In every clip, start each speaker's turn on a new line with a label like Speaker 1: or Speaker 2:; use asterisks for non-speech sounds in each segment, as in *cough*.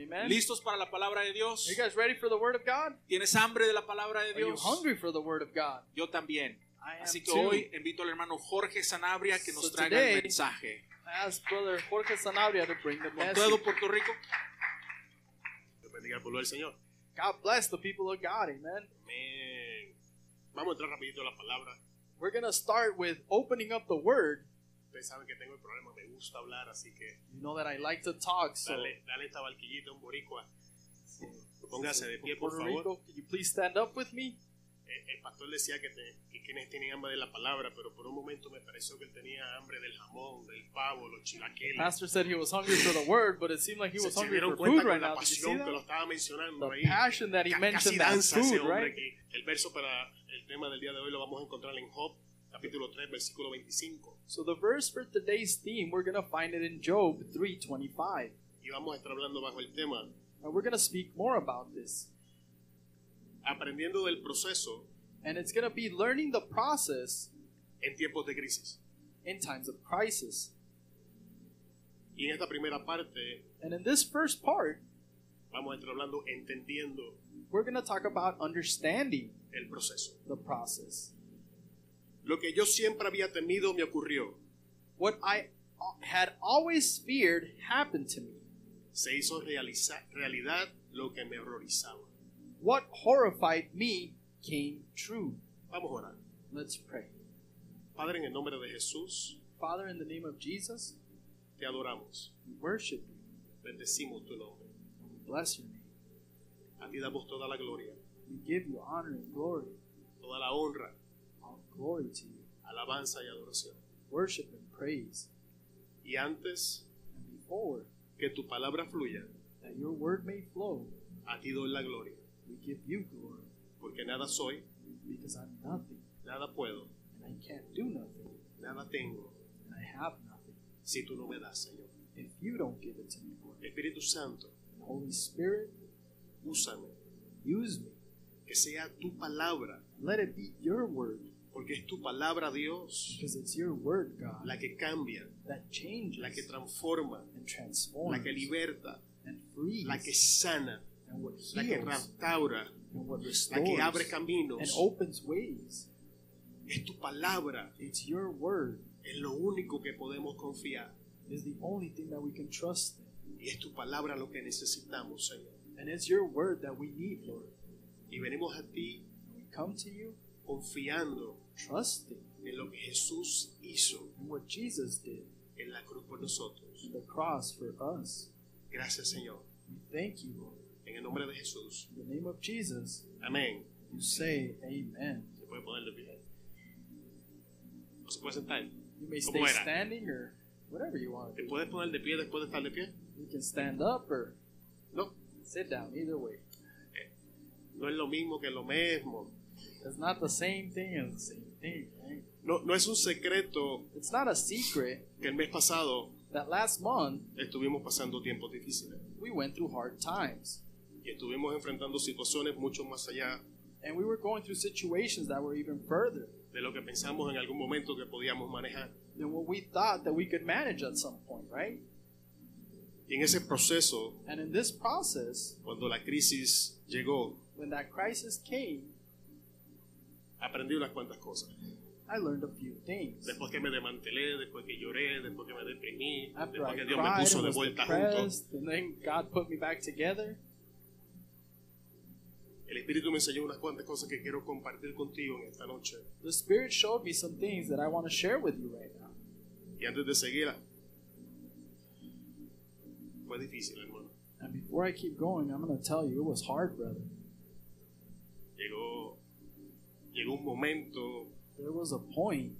Speaker 1: Amen.
Speaker 2: ¿Listos para la palabra de Dios?
Speaker 1: Are you guys ready for the Word of God?
Speaker 2: ¿Tienes hambre de la palabra de
Speaker 1: Are you
Speaker 2: Dios?
Speaker 1: hungry for the Word of God?
Speaker 2: Yo también.
Speaker 1: I am
Speaker 2: Así que
Speaker 1: too.
Speaker 2: hoy invito al hermano Jorge Sanabria que nos
Speaker 1: So
Speaker 2: traiga el
Speaker 1: today-
Speaker 2: mensaje.
Speaker 1: I asked Brother Jorge Sanabria to bring the
Speaker 2: Con
Speaker 1: message.
Speaker 2: todo Puerto Rico.
Speaker 3: Dios bendiga al pueblo del Señor.
Speaker 1: God bless the people of God. Amen.
Speaker 3: Amén. Vamos a entrar rapidito a la palabra.
Speaker 1: We're going to start with opening up the Word.
Speaker 3: Ustedes saben que tengo el problema, me gusta hablar, así que
Speaker 1: You know that I like to talk, so
Speaker 3: dale, dale esta barquillita a un boricua. Póngase de pie,
Speaker 1: for
Speaker 3: por
Speaker 1: Puerto
Speaker 3: favor.
Speaker 1: Rico, can you please stand up with me?
Speaker 3: Eh, El pastor decía que, te- que quienes tienen hambre de la palabra, pero por un momento me pareció que él tenía hambre del jamón, del pavo, los chilaquiles.
Speaker 1: Pastor said he was hungry for the Word, but it seemed like he
Speaker 3: Se,
Speaker 1: was
Speaker 3: se
Speaker 1: hungry
Speaker 3: dieron
Speaker 1: for
Speaker 3: cuenta
Speaker 1: food
Speaker 3: con
Speaker 1: right
Speaker 3: la
Speaker 1: now. Did you see
Speaker 3: pasión que lo
Speaker 1: that?
Speaker 3: estaba mencionando ahí.
Speaker 1: The passion that he
Speaker 3: Ca- Casi
Speaker 1: mentioned that
Speaker 3: danza ese
Speaker 1: food,
Speaker 3: hombre
Speaker 1: right?
Speaker 3: aquí. El verso para el tema del día de hoy lo vamos a encontrar en Job, capítulo 3, versículo 25.
Speaker 1: So the verse for today's theme, we're gonna find it in Job 3:25,
Speaker 3: y vamos a estar hablando bajo el tema
Speaker 1: and we're gonna speak more about this.
Speaker 3: aprendiendo del proceso
Speaker 1: And it's gonna be learning the process
Speaker 3: en tiempos de crisis.
Speaker 1: in times of crisis.
Speaker 3: Y en esta primera parte
Speaker 1: And in this first part,
Speaker 3: vamos a estar hablando entendiendo
Speaker 1: we're gonna talk about understanding
Speaker 3: el proceso.
Speaker 1: the process.
Speaker 3: Lo que yo siempre había temido me ocurrió.
Speaker 1: What I uh, had always feared happened to me.
Speaker 3: Se hizo realiza- realidad lo que me horrorizaba.
Speaker 1: What horrified me came true.
Speaker 3: Vamos a orar.
Speaker 1: Let's pray.
Speaker 3: Padre, en el nombre de Jesús,
Speaker 1: Father, in the name of Jesus,
Speaker 3: te adoramos.
Speaker 1: we worship you.
Speaker 3: Bendecimos tu nombre.
Speaker 1: We bless your name.
Speaker 3: A ti damos toda la gloria,
Speaker 1: We give you honor and glory.
Speaker 3: toda la honra,
Speaker 1: All glory to you.
Speaker 3: alabanza y adoración.
Speaker 1: worship and praise
Speaker 3: Y antes
Speaker 1: and before
Speaker 3: que tu palabra fluya,
Speaker 1: that your word may flow
Speaker 3: a ti doy la gloria.
Speaker 1: we give you glory
Speaker 3: Porque nada soy,
Speaker 1: because i'm nothing
Speaker 3: nada puedo,
Speaker 1: and i can't do nothing
Speaker 3: nada tengo,
Speaker 1: and i have nothing
Speaker 3: si tú no me das, Señor.
Speaker 1: if you don't give it to me lord
Speaker 3: Espíritu Santo,
Speaker 1: And holy spirit
Speaker 3: úsame,
Speaker 1: use me
Speaker 3: que sea tu palabra,
Speaker 1: let it be your word
Speaker 3: porque es tu palabra, Dios,
Speaker 1: because it's your word god
Speaker 3: la que cambia,
Speaker 1: that changes
Speaker 3: la que transforma,
Speaker 1: and transforms
Speaker 3: la que liberta,
Speaker 1: and frees
Speaker 3: la que sana,
Speaker 1: and what
Speaker 3: la que
Speaker 1: heals
Speaker 3: restaura,
Speaker 1: and what
Speaker 3: la que abre
Speaker 1: restores and
Speaker 3: caminos.
Speaker 1: opens ways
Speaker 3: Es tu palabra,
Speaker 1: it's your word
Speaker 3: es lo único que podemos confiar.
Speaker 1: is the only thing that we can trust in
Speaker 3: Y es tu palabra lo que necesitamos, Señor.
Speaker 1: And it's your word that we need, Lord.
Speaker 3: Y venimos a ti
Speaker 1: And we come to you
Speaker 3: confiando
Speaker 1: trusting
Speaker 3: en lo que Jesús hizo
Speaker 1: in what Jesus did
Speaker 3: en la cruz por nosotros.
Speaker 1: on the cross for us.
Speaker 3: Gracias, Señor.
Speaker 1: We thank you, Lord.
Speaker 3: En el nombre de Jesús.
Speaker 1: In the name of Jesus,
Speaker 3: Amén.
Speaker 1: you say amen.
Speaker 3: Se puede poner de pie. ¿O se puede sentar?
Speaker 1: You may stay
Speaker 3: Como era.
Speaker 1: standing or whatever you want.
Speaker 3: ¿Te puedes poner de pie después de estar de pie?
Speaker 1: You can stand up or
Speaker 3: No,
Speaker 1: sit down, either way.
Speaker 3: no es lo mismo que lo mismo.
Speaker 1: It's not the same thing as the same thing, right?
Speaker 3: No, no es un secreto
Speaker 1: It's not a secret
Speaker 3: que el mes pasado
Speaker 1: that last month
Speaker 3: estuvimos pasando tiempos difíciles
Speaker 1: we went through hard times.
Speaker 3: y estuvimos enfrentando situaciones mucho más allá
Speaker 1: And we were going through situations that were even further
Speaker 3: de lo que pensamos en algún momento que podíamos manejar.
Speaker 1: than what we thought that we could manage at some point, right?
Speaker 3: Y en ese proceso,
Speaker 1: And in this process,
Speaker 3: cuando la crisis llegó,
Speaker 1: when that crisis came,
Speaker 3: aprendí unas cuantas cosas.
Speaker 1: I learned a few things.
Speaker 3: Después que me desmantelé, después que lloré, después que me deprimí,
Speaker 1: After
Speaker 3: después
Speaker 1: I
Speaker 3: que Dios me
Speaker 1: cried
Speaker 3: puso
Speaker 1: and
Speaker 3: de
Speaker 1: was
Speaker 3: vuelta juntos,
Speaker 1: depressed, and then God put me back together,
Speaker 3: el Espíritu me enseñó unas cuantas cosas que quiero compartir contigo en esta noche.
Speaker 1: the Spirit showed me some things that I want to share with you right now.
Speaker 3: Y antes de seguir, fue difícil, hermano.
Speaker 1: And before I keep going, I'm going to tell you it was hard, brother.
Speaker 3: Llegó, llegó un momento
Speaker 1: There was a point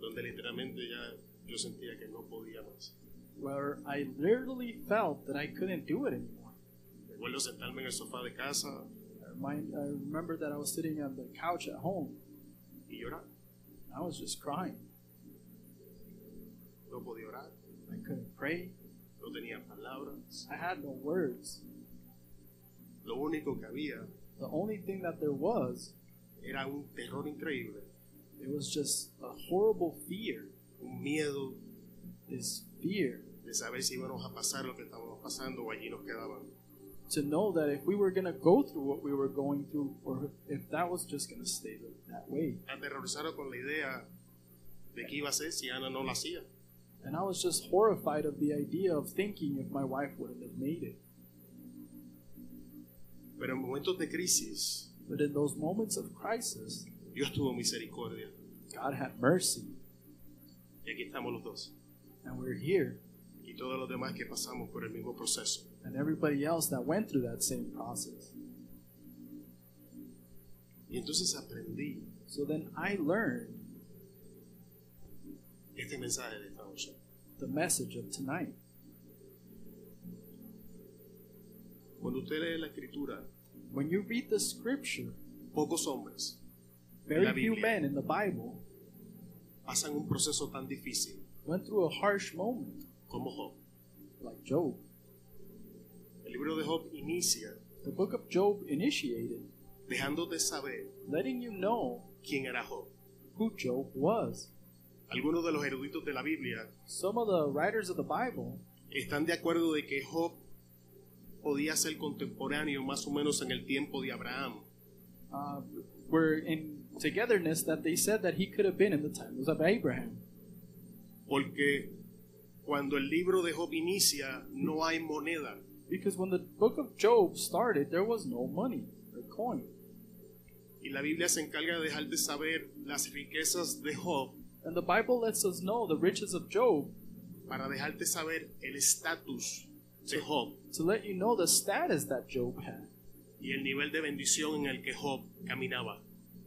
Speaker 3: donde literalmente ya yo sentía que no podía más.
Speaker 1: where I literally felt that I couldn't do it anymore.
Speaker 3: Recuerdo sentarme en el sofá de casa
Speaker 1: I, remind, I remember that I was sitting on the couch at home.
Speaker 3: y llorar.
Speaker 1: and I was just crying.
Speaker 3: No podía orar,
Speaker 1: I couldn't pray.
Speaker 3: no tenía palabras.
Speaker 1: I had no words.
Speaker 3: Lo único que había
Speaker 1: The only thing that there was
Speaker 3: era un terror increíble,
Speaker 1: It was just a horrible fear.
Speaker 3: un miedo
Speaker 1: This fear
Speaker 3: de saber si íbamos a pasar lo que estábamos pasando o allí nos quedaban.
Speaker 1: to know that if we were going to go through what we were going through, or if that was just going to stay th- that way.
Speaker 3: Aterrorizados con la idea de qué iba a ser si Ana no lo hacía.
Speaker 1: And I was just horrified of the idea of thinking if my wife wouldn't have made it.
Speaker 3: Pero en momentos de crisis,
Speaker 1: But in those moments of crisis,
Speaker 3: Dios tuvo misericordia.
Speaker 1: God had mercy,
Speaker 3: Y aquí estamos los dos.
Speaker 1: and we're here.
Speaker 3: Y todos los demás que pasamos por el mismo proceso.
Speaker 1: And everybody else that went through that same process.
Speaker 3: Y entonces aprendí
Speaker 1: So then I learned
Speaker 3: este mensaje de esta noche.
Speaker 1: the message of tonight.
Speaker 3: Cuando usted lee la escritura,
Speaker 1: When you read the scripture,
Speaker 3: pocos hombres La
Speaker 1: very
Speaker 3: Biblia.
Speaker 1: few men in the Bible
Speaker 3: pasan un proceso tan difícil
Speaker 1: went through a harsh moment
Speaker 3: como Job.
Speaker 1: like Job.
Speaker 3: El libro de Job inicia
Speaker 1: The book of Job initiated
Speaker 3: dejándote saber
Speaker 1: letting you know
Speaker 3: quién era Job.
Speaker 1: who Job was.
Speaker 3: Algunos de los eruditos de la Biblia
Speaker 1: Some of the writers of the Bible
Speaker 3: están de acuerdo de que Job podía ser contemporáneo más o menos en el tiempo de Abraham.
Speaker 1: uh, were in togetherness that they said that he could have been in the times of Abraham.
Speaker 3: Porque cuando el libro de Job inicia, no hay moneda.
Speaker 1: Because when the book of Job started, there was no money or coin.
Speaker 3: Y la Biblia se encarga de dejar de saber las riquezas de Job
Speaker 1: And the Bible lets us know the riches of Job
Speaker 3: para dejarte saber el estatus de Job
Speaker 1: to let you know the status that Job had
Speaker 3: y el nivel de bendición en el que Job caminaba.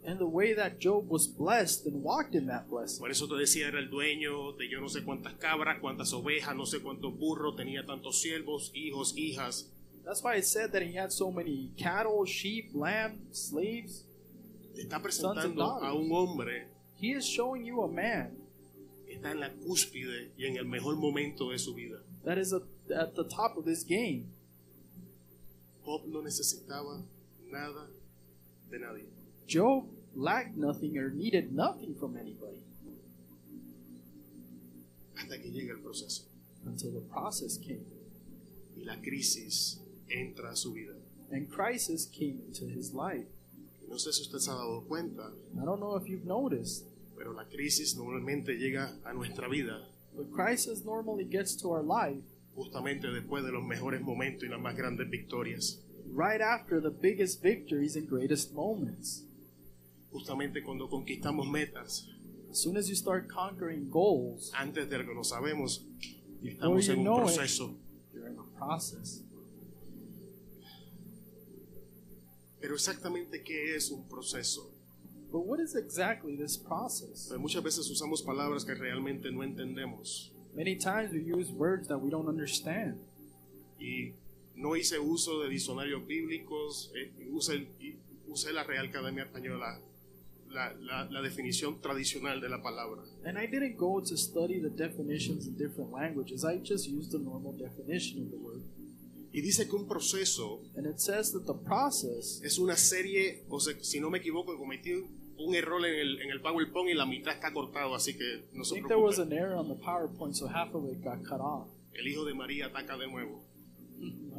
Speaker 1: and the way that Job was blessed and walked in that blessing.
Speaker 3: Por eso te decía, era el dueño de yo no sé cuántas cabras, cuántas ovejas, no sé cuántos burros, tenía tantos siervos, hijos, hijas.
Speaker 1: That's why it said that he had so many cattle, sheep, lamb, slaves.
Speaker 3: Te está presentando
Speaker 1: dollars.
Speaker 3: a un hombre
Speaker 1: He is showing you a man
Speaker 3: que está en la cúspide y en el mejor momento de su vida.
Speaker 1: that is a, at the top of this game.
Speaker 3: Job no necesitaba nada de nadie.
Speaker 1: Job lacked nothing or needed nothing from anybody
Speaker 3: Hasta que llega el proceso
Speaker 1: until the process came
Speaker 3: y la crisis entra a su vida.
Speaker 1: and crisis came into his life.
Speaker 3: Y no sé si usted se ha dado cuenta,
Speaker 1: I don't know if you've noticed,
Speaker 3: pero la crisis normalmente llega a nuestra vida
Speaker 1: but crisis normally gets to our life
Speaker 3: justamente después de los mejores momentos y las más grandes victorias.
Speaker 1: right after the biggest victories and greatest moments.
Speaker 3: Justamente cuando conquistamos metas
Speaker 1: As soon as you start conquering goals,
Speaker 3: antes de lo que lo sabemos, y
Speaker 1: Before
Speaker 3: estamos
Speaker 1: you
Speaker 3: en un
Speaker 1: know it.
Speaker 3: proceso.
Speaker 1: you're in the process.
Speaker 3: Pero exactamente qué es un proceso.
Speaker 1: But what is exactly this process?
Speaker 3: Pues muchas veces usamos palabras que realmente no entendemos.
Speaker 1: Many times we use words that we don't understand.
Speaker 3: Y no hice uso de diccionarios bíblicos, eh, y usé, y usé la Real Academia Española, la, la- la definición tradicional de la palabra.
Speaker 1: And I didn't go to study the definitions in different languages. I just used the normal definition of the word.
Speaker 3: Y dice que un proceso
Speaker 1: And it says that the process
Speaker 3: es una serie, o sea, si no me equivoco, cometí un error en el, en el PowerPoint y la mitad está cortado, así que no
Speaker 1: I
Speaker 3: se
Speaker 1: think there was
Speaker 3: preocupen.
Speaker 1: an error on the PowerPoint, so half of it got cut off. *laughs*
Speaker 3: El hijo de María ataca de nuevo.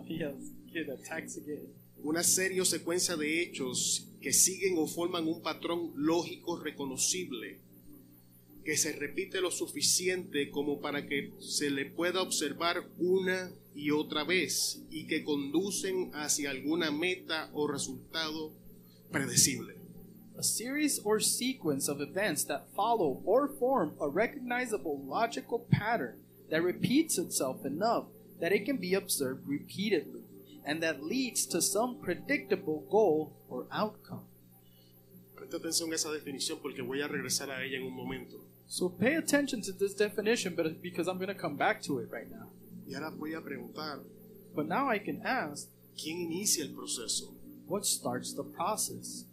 Speaker 1: yes, kid attacks again.
Speaker 3: una serie o secuencia de hechos que siguen o forman un patrón lógico reconocible que se repite lo suficiente como para que se le pueda observar una y otra vez y que conducen hacia alguna meta o resultado predecible.
Speaker 1: A series or sequence of events that follow or form a recognizable logical pattern that repeats itself enough that it can be observed repeatedly and that leads to some predictable goal or outcome.
Speaker 3: Presta atención a esa definición porque voy a regresar a ella en un momento.
Speaker 1: So pay attention to this definition but because I'm going to come back to it right now.
Speaker 3: Y ahora voy a preguntar,
Speaker 1: But now I can ask
Speaker 3: ¿quién inicia el proceso?
Speaker 1: what starts the process?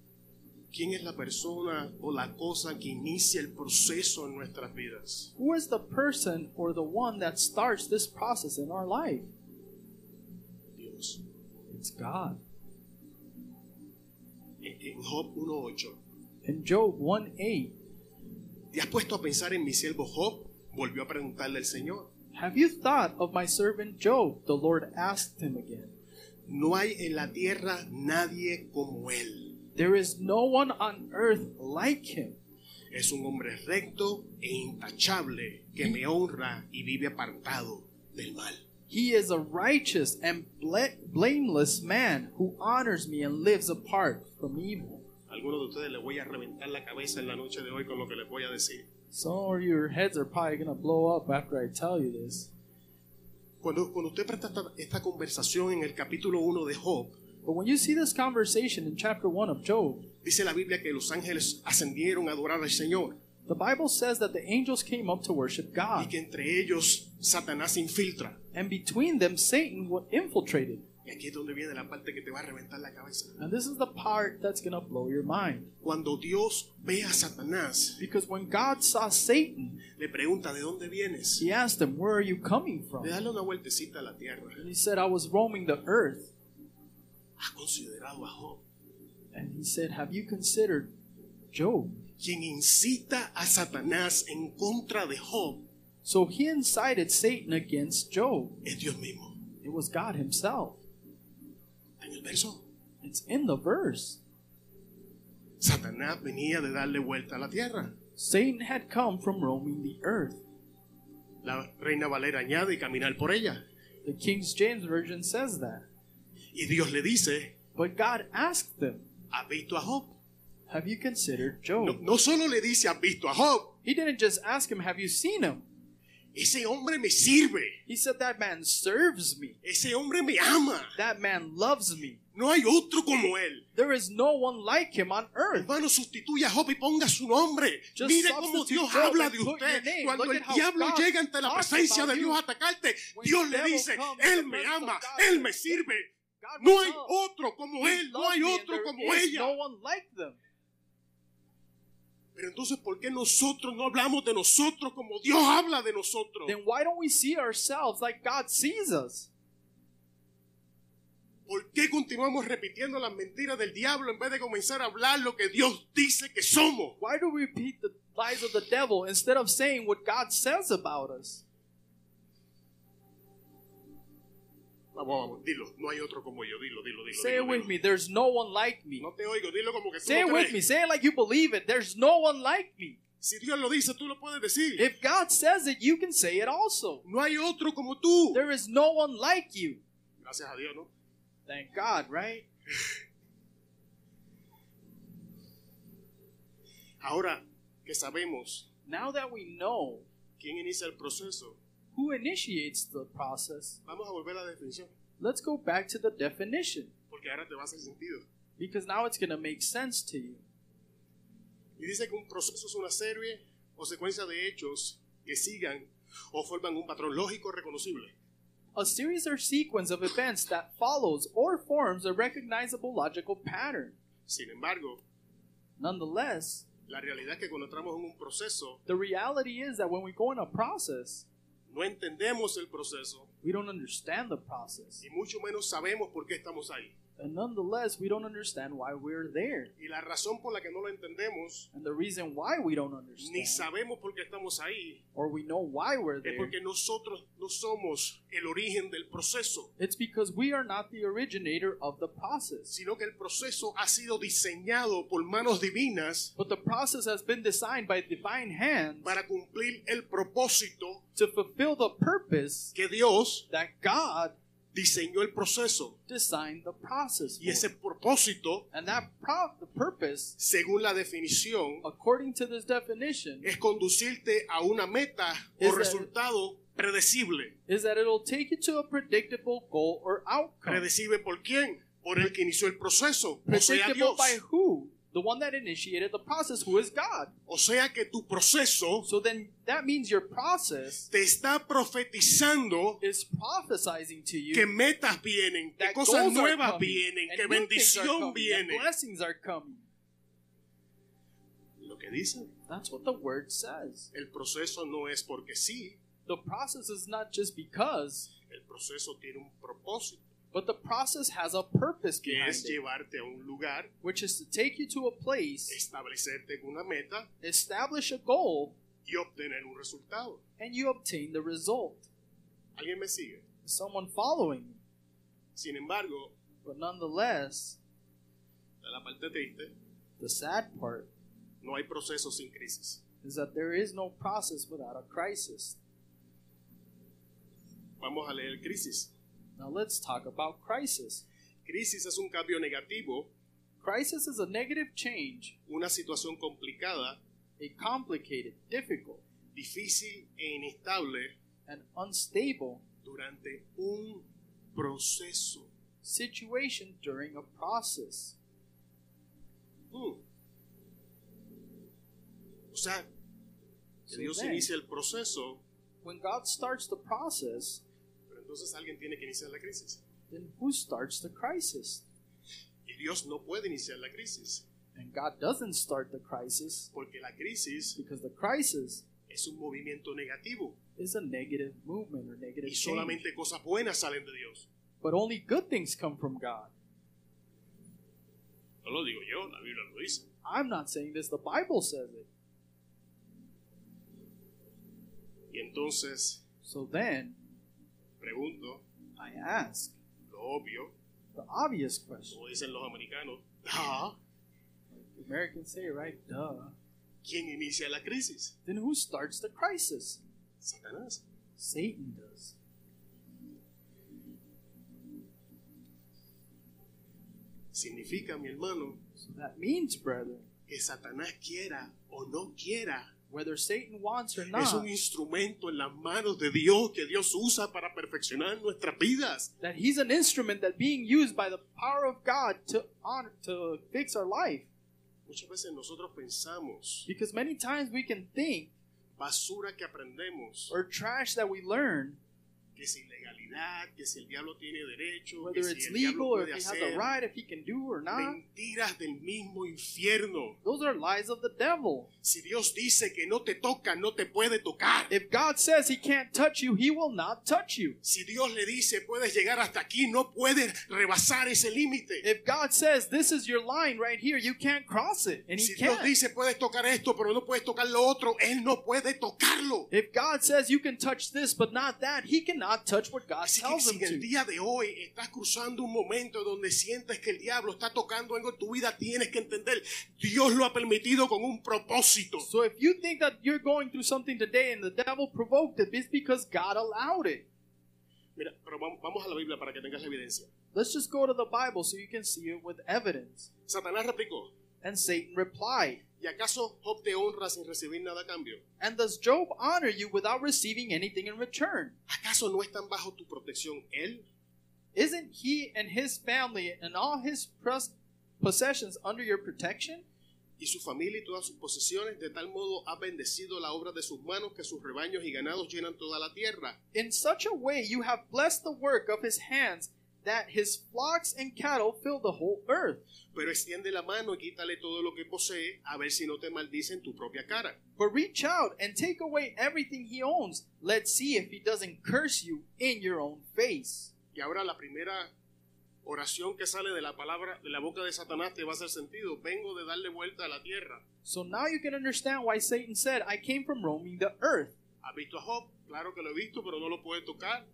Speaker 3: ¿Quién es la persona o la cosa que inicia el proceso en nuestras vidas?
Speaker 1: Who is the person or the one that starts this process in our life?
Speaker 3: Dios.
Speaker 1: It's God.
Speaker 3: En Eh, en Job 1.8.
Speaker 1: In Job 1 8,
Speaker 3: ¿Te has puesto a pensar en mi siervo Job? Volvió a preguntarle al Señor.
Speaker 1: Have you thought of my servant Job? The Lord asked him again.
Speaker 3: No hay en la tierra nadie como él.
Speaker 1: There is no one on earth like him.
Speaker 3: Es un hombre recto e intachable que me honra y vive apartado del mal.
Speaker 1: He is a righteous and bla- blameless man who honors me and lives apart from evil.
Speaker 3: Algunos de ustedes les voy a reventar la cabeza en la noche de hoy con lo que les voy a decir.
Speaker 1: Some of your heads are probably going to blow up after I tell you this.
Speaker 3: Cuando, cuando usted presta esta, esta conversación en el capítulo 1 de Job,
Speaker 1: But when you see this conversation in chapter 1 of Job,
Speaker 3: dice la Biblia que los ángeles ascendieron a adorar al Señor
Speaker 1: the Bible says that the angels came up to worship
Speaker 3: y
Speaker 1: God,
Speaker 3: que entre ellos Satanás se infiltra.
Speaker 1: and between them Satan wa- infiltrated.
Speaker 3: Y aquí es donde viene la parte que te va a reventar la cabeza.
Speaker 1: And this is the part that's going to blow your mind.
Speaker 3: Cuando Dios ve a Satanás,
Speaker 1: Because when God saw Satan,
Speaker 3: le pregunta, ¿de dónde vienes?
Speaker 1: he asked him, Where are you coming from?
Speaker 3: Le dale una vueltecita a la tierra.
Speaker 1: And he said, I was roaming the earth.
Speaker 3: ¿Has considerado a Job?
Speaker 1: And he said, Have you considered Job?
Speaker 3: Quien incita a Satanás en contra de Job
Speaker 1: So he incited Satan against Job.
Speaker 3: es Dios mismo.
Speaker 1: It was God himself.
Speaker 3: En el verso,
Speaker 1: It's in the verse.
Speaker 3: Satanás venía de darle vuelta a la tierra.
Speaker 1: Satan had come from roaming the earth.
Speaker 3: La reina Valera añade y caminar por ella.
Speaker 1: The King James Version says that.
Speaker 3: Y Dios le dice,
Speaker 1: But God asked them,
Speaker 3: ¿has visto a Job?
Speaker 1: Have you considered
Speaker 3: No,
Speaker 1: Job?
Speaker 3: no solo le dice, ¿has visto a Job?
Speaker 1: He didn't just ask him, Have you seen him?
Speaker 3: Ese hombre me sirve.
Speaker 1: He said, That man serves me.
Speaker 3: Ese hombre me ama.
Speaker 1: That man loves me.
Speaker 3: No hay otro como él.
Speaker 1: There is no one like him on earth.
Speaker 3: Hermano, sustituya a Job y ponga su nombre.
Speaker 1: Just
Speaker 3: Mire cómo
Speaker 1: substitute
Speaker 3: Dios
Speaker 1: Job
Speaker 3: habla
Speaker 1: and
Speaker 3: de
Speaker 1: put
Speaker 3: usted.
Speaker 1: your name.
Speaker 3: Cuando
Speaker 1: Look
Speaker 3: el
Speaker 1: at how
Speaker 3: diablo
Speaker 1: God
Speaker 3: llega ante la
Speaker 1: talks
Speaker 3: presencia de
Speaker 1: about
Speaker 3: Dios
Speaker 1: you.
Speaker 3: a atacarte,
Speaker 1: When
Speaker 3: Dios
Speaker 1: the
Speaker 3: le
Speaker 1: devil
Speaker 3: dice,
Speaker 1: comes, the
Speaker 3: Él me
Speaker 1: presence of
Speaker 3: ama,
Speaker 1: God
Speaker 3: Él
Speaker 1: says,
Speaker 3: me sirve.
Speaker 1: God
Speaker 3: Ah, No
Speaker 1: will
Speaker 3: hay
Speaker 1: love.
Speaker 3: otro como
Speaker 1: He
Speaker 3: Él, no
Speaker 1: loves
Speaker 3: hay
Speaker 1: me, and
Speaker 3: otro
Speaker 1: there
Speaker 3: como
Speaker 1: is No
Speaker 3: ella.
Speaker 1: one like them.
Speaker 3: Pero entonces, ¿por qué nosotros no hablamos de nosotros como Dios habla de nosotros?
Speaker 1: Then why don't we see ourselves like God sees us?
Speaker 3: ¿Por qué continuamos repitiendo las mentiras del diablo en vez de comenzar a hablar lo que Dios dice que somos?
Speaker 1: Why do we repeat the lies of the devil instead of saying what God says about us?
Speaker 3: Vamos, vamos, dilo, no hay otro como yo, dilo, dilo, dilo.
Speaker 1: Say
Speaker 3: dilo,
Speaker 1: it with
Speaker 3: dilo.
Speaker 1: me. There's no one like me.
Speaker 3: No te oigo, dilo como que tú
Speaker 1: Say
Speaker 3: no
Speaker 1: it with
Speaker 3: crees.
Speaker 1: me. Say it like you believe it. There's no one like me.
Speaker 3: Si Dios lo dice, tú lo puedes decir.
Speaker 1: If God says it, you can say it also.
Speaker 3: no hay otro como tú.
Speaker 1: There is no one like you.
Speaker 3: Gracias a Dios, ¿no?
Speaker 1: Thank God, right?
Speaker 3: Ahora que sabemos
Speaker 1: Now that we know
Speaker 3: quién inicia el proceso,
Speaker 1: who initiates the process,
Speaker 3: vamos a volver a la definición,
Speaker 1: let's go back to the definition
Speaker 3: porque ahora te va a hacer sentido.
Speaker 1: because now it's going to make sense to you.
Speaker 3: Y dice que un proceso es una serie o secuencia de hechos que sigan o forman un patrón lógico reconocible.
Speaker 1: A series or sequence of events that follows or forms a recognizable logical pattern.
Speaker 3: Sin embargo,
Speaker 1: Nonetheless,
Speaker 3: la realidad que cuando entramos en un proceso,
Speaker 1: the reality is that when we go in a process,
Speaker 3: no entendemos el proceso
Speaker 1: we don't understand the process.
Speaker 3: y mucho menos sabemos por qué estamos ahí.
Speaker 1: And nonetheless, we don't understand why we're there.
Speaker 3: Y la razón por la que no lo entendemos,
Speaker 1: And the reason why we don't
Speaker 3: ni
Speaker 1: understand,
Speaker 3: sabemos por qué estamos ahí,
Speaker 1: or we know why we're
Speaker 3: es
Speaker 1: there,
Speaker 3: porque nosotros no somos el origen del proceso,
Speaker 1: it's because we are not the originator of the process.
Speaker 3: sino que el proceso ha sido diseñado por manos divinas
Speaker 1: But the process has been designed by divine hand
Speaker 3: para cumplir el propósito
Speaker 1: to fulfill the purpose
Speaker 3: que Dios
Speaker 1: that God
Speaker 3: diseñó el proceso.
Speaker 1: designed the process
Speaker 3: Y ese
Speaker 1: for.
Speaker 3: propósito,
Speaker 1: And that pro- the purpose,
Speaker 3: según la definición,
Speaker 1: according to this definition,
Speaker 3: es conducirte a una meta o
Speaker 1: Esa-
Speaker 3: resultado predecible.
Speaker 1: is that it'll take you to a predictable goal or outcome.
Speaker 3: ¿Predecible por quién? Por el que inició el proceso, o sea
Speaker 1: Predictable
Speaker 3: Dios.
Speaker 1: by who? The one that initiated the process, who is God.
Speaker 3: O sea que tu proceso
Speaker 1: So then that means your process
Speaker 3: te está profetizando
Speaker 1: is prophesizing to you
Speaker 3: que metas vienen, que
Speaker 1: that
Speaker 3: cosas
Speaker 1: goals are
Speaker 3: nuevas
Speaker 1: coming,
Speaker 3: vienen,
Speaker 1: and
Speaker 3: que
Speaker 1: new things are
Speaker 3: bendición
Speaker 1: coming, and
Speaker 3: viene.
Speaker 1: blessings are coming.
Speaker 3: Lo que dice,
Speaker 1: That's what the word says.
Speaker 3: el proceso no es porque sí,
Speaker 1: The process is not just because,
Speaker 3: el proceso tiene un propósito,
Speaker 1: but the process has a purpose
Speaker 3: que
Speaker 1: behind
Speaker 3: es
Speaker 1: it,
Speaker 3: llevarte a un lugar,
Speaker 1: which is to take you to a place,
Speaker 3: establecerte en una meta
Speaker 1: establish a goal,
Speaker 3: y obtener un resultado.
Speaker 1: and you obtain the result.
Speaker 3: ¿Alguien me sigue?
Speaker 1: Is someone following me?
Speaker 3: Sin embargo,
Speaker 1: But nonetheless,
Speaker 3: de la parte triste,
Speaker 1: the sad part
Speaker 3: no hay proceso sin crisis.
Speaker 1: is that there is no process without a crisis.
Speaker 3: Vamos a leer crisis.
Speaker 1: Now let's talk about crisis.
Speaker 3: Crisis es un cambio negativo,
Speaker 1: Crisis is a negative change,
Speaker 3: una situación complicada,
Speaker 1: a complicated, difficult,
Speaker 3: difícil e inestable
Speaker 1: and unstable
Speaker 3: durante un proceso.
Speaker 1: situation during a process.
Speaker 3: Mm. O sea, que
Speaker 1: Sí,
Speaker 3: Dios
Speaker 1: ven.
Speaker 3: inicia el proceso,
Speaker 1: When God starts the process,
Speaker 3: pero entonces alguien tiene que iniciar la crisis.
Speaker 1: then who starts the crisis?
Speaker 3: Y Dios no puede iniciar la crisis,
Speaker 1: And God doesn't start the crisis
Speaker 3: porque la crisis
Speaker 1: because the crisis
Speaker 3: es un movimiento negativo
Speaker 1: is a negative movement or negative
Speaker 3: y
Speaker 1: change.
Speaker 3: solamente cosas buenas salen de Dios.
Speaker 1: But only good things come from God.
Speaker 3: No lo digo yo, la Biblia lo dice.
Speaker 1: I'm not saying this, the Bible says it.
Speaker 3: Y entonces,
Speaker 1: So then,
Speaker 3: pregunto,
Speaker 1: I ask
Speaker 3: lo obvio,
Speaker 1: the obvious question.
Speaker 3: como dicen los americanos, "Ah,
Speaker 1: Like Americans say, right? Duh.
Speaker 3: ¿quién inicia la crisis?
Speaker 1: Then who starts the crisis?
Speaker 3: Satanás.
Speaker 1: Satan does.
Speaker 3: Significa, mi hermano,
Speaker 1: So that means, brethren,
Speaker 3: que Satanás quiera o no quiera
Speaker 1: whether Satan wants or
Speaker 3: Es
Speaker 1: not,
Speaker 3: un instrumento en las manos de Dios que Dios usa para perfeccionar nuestras vidas.
Speaker 1: that he's an instrument that being used by the power of God to honor, to fix our life.
Speaker 3: Muchas veces nosotros pensamos,
Speaker 1: Because many times we can think
Speaker 3: basura que aprendemos,
Speaker 1: or trash that we learn,
Speaker 3: que es ilegalidad, que si el diablo tiene derecho, que
Speaker 1: whether
Speaker 3: si
Speaker 1: it's
Speaker 3: el diablo
Speaker 1: legal or if
Speaker 3: puede
Speaker 1: he has
Speaker 3: hacer,
Speaker 1: a right, if he can do or not,
Speaker 3: mentiras del mismo infierno.
Speaker 1: those are lies of the devil.
Speaker 3: Si Dios dice que no te toca, no te puede tocar.
Speaker 1: If God says he can't touch you, he will not touch you.
Speaker 3: Si Dios le dice puedes llegar hasta aquí, no puedes rebasar ese límite.
Speaker 1: If God says this is your line right here, you can't cross it, and he
Speaker 3: Si Dios
Speaker 1: can't.
Speaker 3: dice puedes tocar esto, pero no puedes tocar lo otro, Él no puede tocarlo.
Speaker 1: If God says you can touch this but not that, he cannot touch what God
Speaker 3: Así que
Speaker 1: tells him
Speaker 3: si en el
Speaker 1: to.
Speaker 3: día de hoy estás cruzando un momento donde sientes que el diablo está tocando algo en tu vida, tienes que entender, Dios lo ha permitido con un propósito.
Speaker 1: So if you think that you're going through something today and the devil provoked it, it's because God allowed it.
Speaker 3: Mira, pero vam- vamos a la Biblia para que tengas la evidencia.
Speaker 1: Let's just go to the Bible so you can see it with evidence.
Speaker 3: Satanás replicó,
Speaker 1: And Satan replied,
Speaker 3: ¿y acaso Job te honra sin recibir nada a cambio?
Speaker 1: And does Job honor you without receiving anything in return?
Speaker 3: ¿Acaso no están bajo tu protección él?
Speaker 1: Isn't he and his family and all his pros- possessions under your protection?
Speaker 3: Y su familia y todas sus posesiones, de tal modo ha bendecido la obra de sus manos que sus rebaños y ganados llenan toda la tierra.
Speaker 1: In such a way you have blessed the work of his hands that his flocks and cattle fill the whole earth.
Speaker 3: Pero extiende la mano y quítale todo lo que posee, a ver si no te maldice en tu propia cara.
Speaker 1: But reach out and take away everything he owns. Let's see if he doesn't curse you in your own face.
Speaker 3: Y ahora la primera oración que sale de la palabra de la boca de Satanás te va a hacer sentido. Vengo de darle vuelta a la tierra.
Speaker 1: So now you can understand why Satan said, I came from roaming the earth.
Speaker 3: ¿Has visto a Job? Claro que lo he visto, pero no lo puede tocar.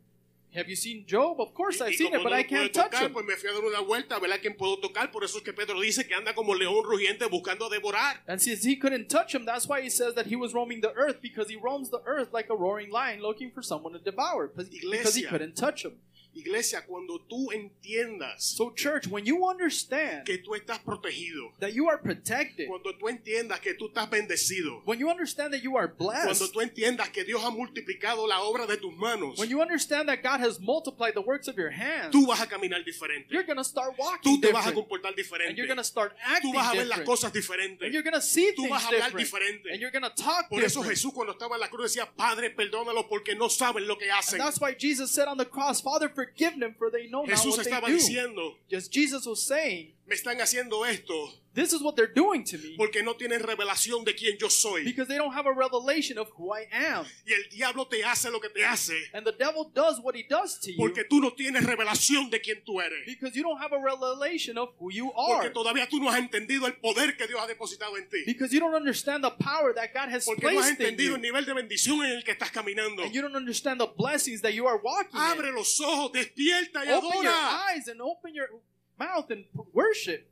Speaker 1: Have you seen Job? Of course
Speaker 3: Y-
Speaker 1: I've
Speaker 3: y
Speaker 1: seen
Speaker 3: como
Speaker 1: it, but
Speaker 3: no
Speaker 1: I
Speaker 3: lo puede
Speaker 1: can't touch
Speaker 3: tocar,
Speaker 1: him.
Speaker 3: Pues me fui a dar una vuelta a ver a quién puedo tocar. Por eso es que Pedro dice que anda como león rugiente buscando devorar.
Speaker 1: And since he couldn't touch him, that's why he says that he was roaming the earth, because he roams the earth like a roaring lion looking for someone to devour, because because he
Speaker 3: Iglesia.
Speaker 1: couldn't touch him.
Speaker 3: Iglesia, cuando tú entiendas
Speaker 1: So, church, when you understand
Speaker 3: que tú estás protegido,
Speaker 1: that you are protected,
Speaker 3: cuando tú entiendas que tú estás bendecido,
Speaker 1: when you understand that you are
Speaker 3: cuando
Speaker 1: blessed,
Speaker 3: tú entiendas que Dios ha multiplicado la obra de tus manos,
Speaker 1: when you understand that God has multiplied the works of your hands,
Speaker 3: tú vas a caminar diferente.
Speaker 1: you're going to start walking
Speaker 3: Tú te vas a
Speaker 1: different,
Speaker 3: comportar
Speaker 1: and
Speaker 3: diferente.
Speaker 1: you're going to start acting
Speaker 3: tú vas a ver las
Speaker 1: different,
Speaker 3: cosas diferentes.
Speaker 1: and you're going to see
Speaker 3: Tú vas
Speaker 1: things
Speaker 3: a hablar
Speaker 1: different,
Speaker 3: diferente.
Speaker 1: and you're going to talk
Speaker 3: Por eso
Speaker 1: different.
Speaker 3: Jesús cuando estaba en la cruz decía, Padre, perdónalos porque no saben lo que hacen.
Speaker 1: And that's why Jesus said on the cross, Father, forgive them, for they know not
Speaker 3: Jesús
Speaker 1: what
Speaker 3: estaba
Speaker 1: they do.
Speaker 3: diciendo,
Speaker 1: Just Jesus was saying,
Speaker 3: me están haciendo esto
Speaker 1: This is what they're doing to me
Speaker 3: porque no tienen revelación de quién yo soy.
Speaker 1: because they don't have a revelation of who I am.
Speaker 3: Y el diablo te hace lo que te hace
Speaker 1: And the devil does what he does to you
Speaker 3: porque tú no tienes revelación de quién tú eres.
Speaker 1: because you don't have a revelation of who you
Speaker 3: Porque
Speaker 1: are.
Speaker 3: todavía tú no has entendido el poder que Dios ha depositado en ti.
Speaker 1: Because you don't understand the power that God has
Speaker 3: Porque no has
Speaker 1: placed in
Speaker 3: entendido el
Speaker 1: you.
Speaker 3: nivel de bendición en el que estás caminando.
Speaker 1: And you don't understand the blessings that you are walking
Speaker 3: Abre
Speaker 1: in.
Speaker 3: los ojos, despierta y
Speaker 1: Open your
Speaker 3: adora.
Speaker 1: eyes and open your mouth and worship.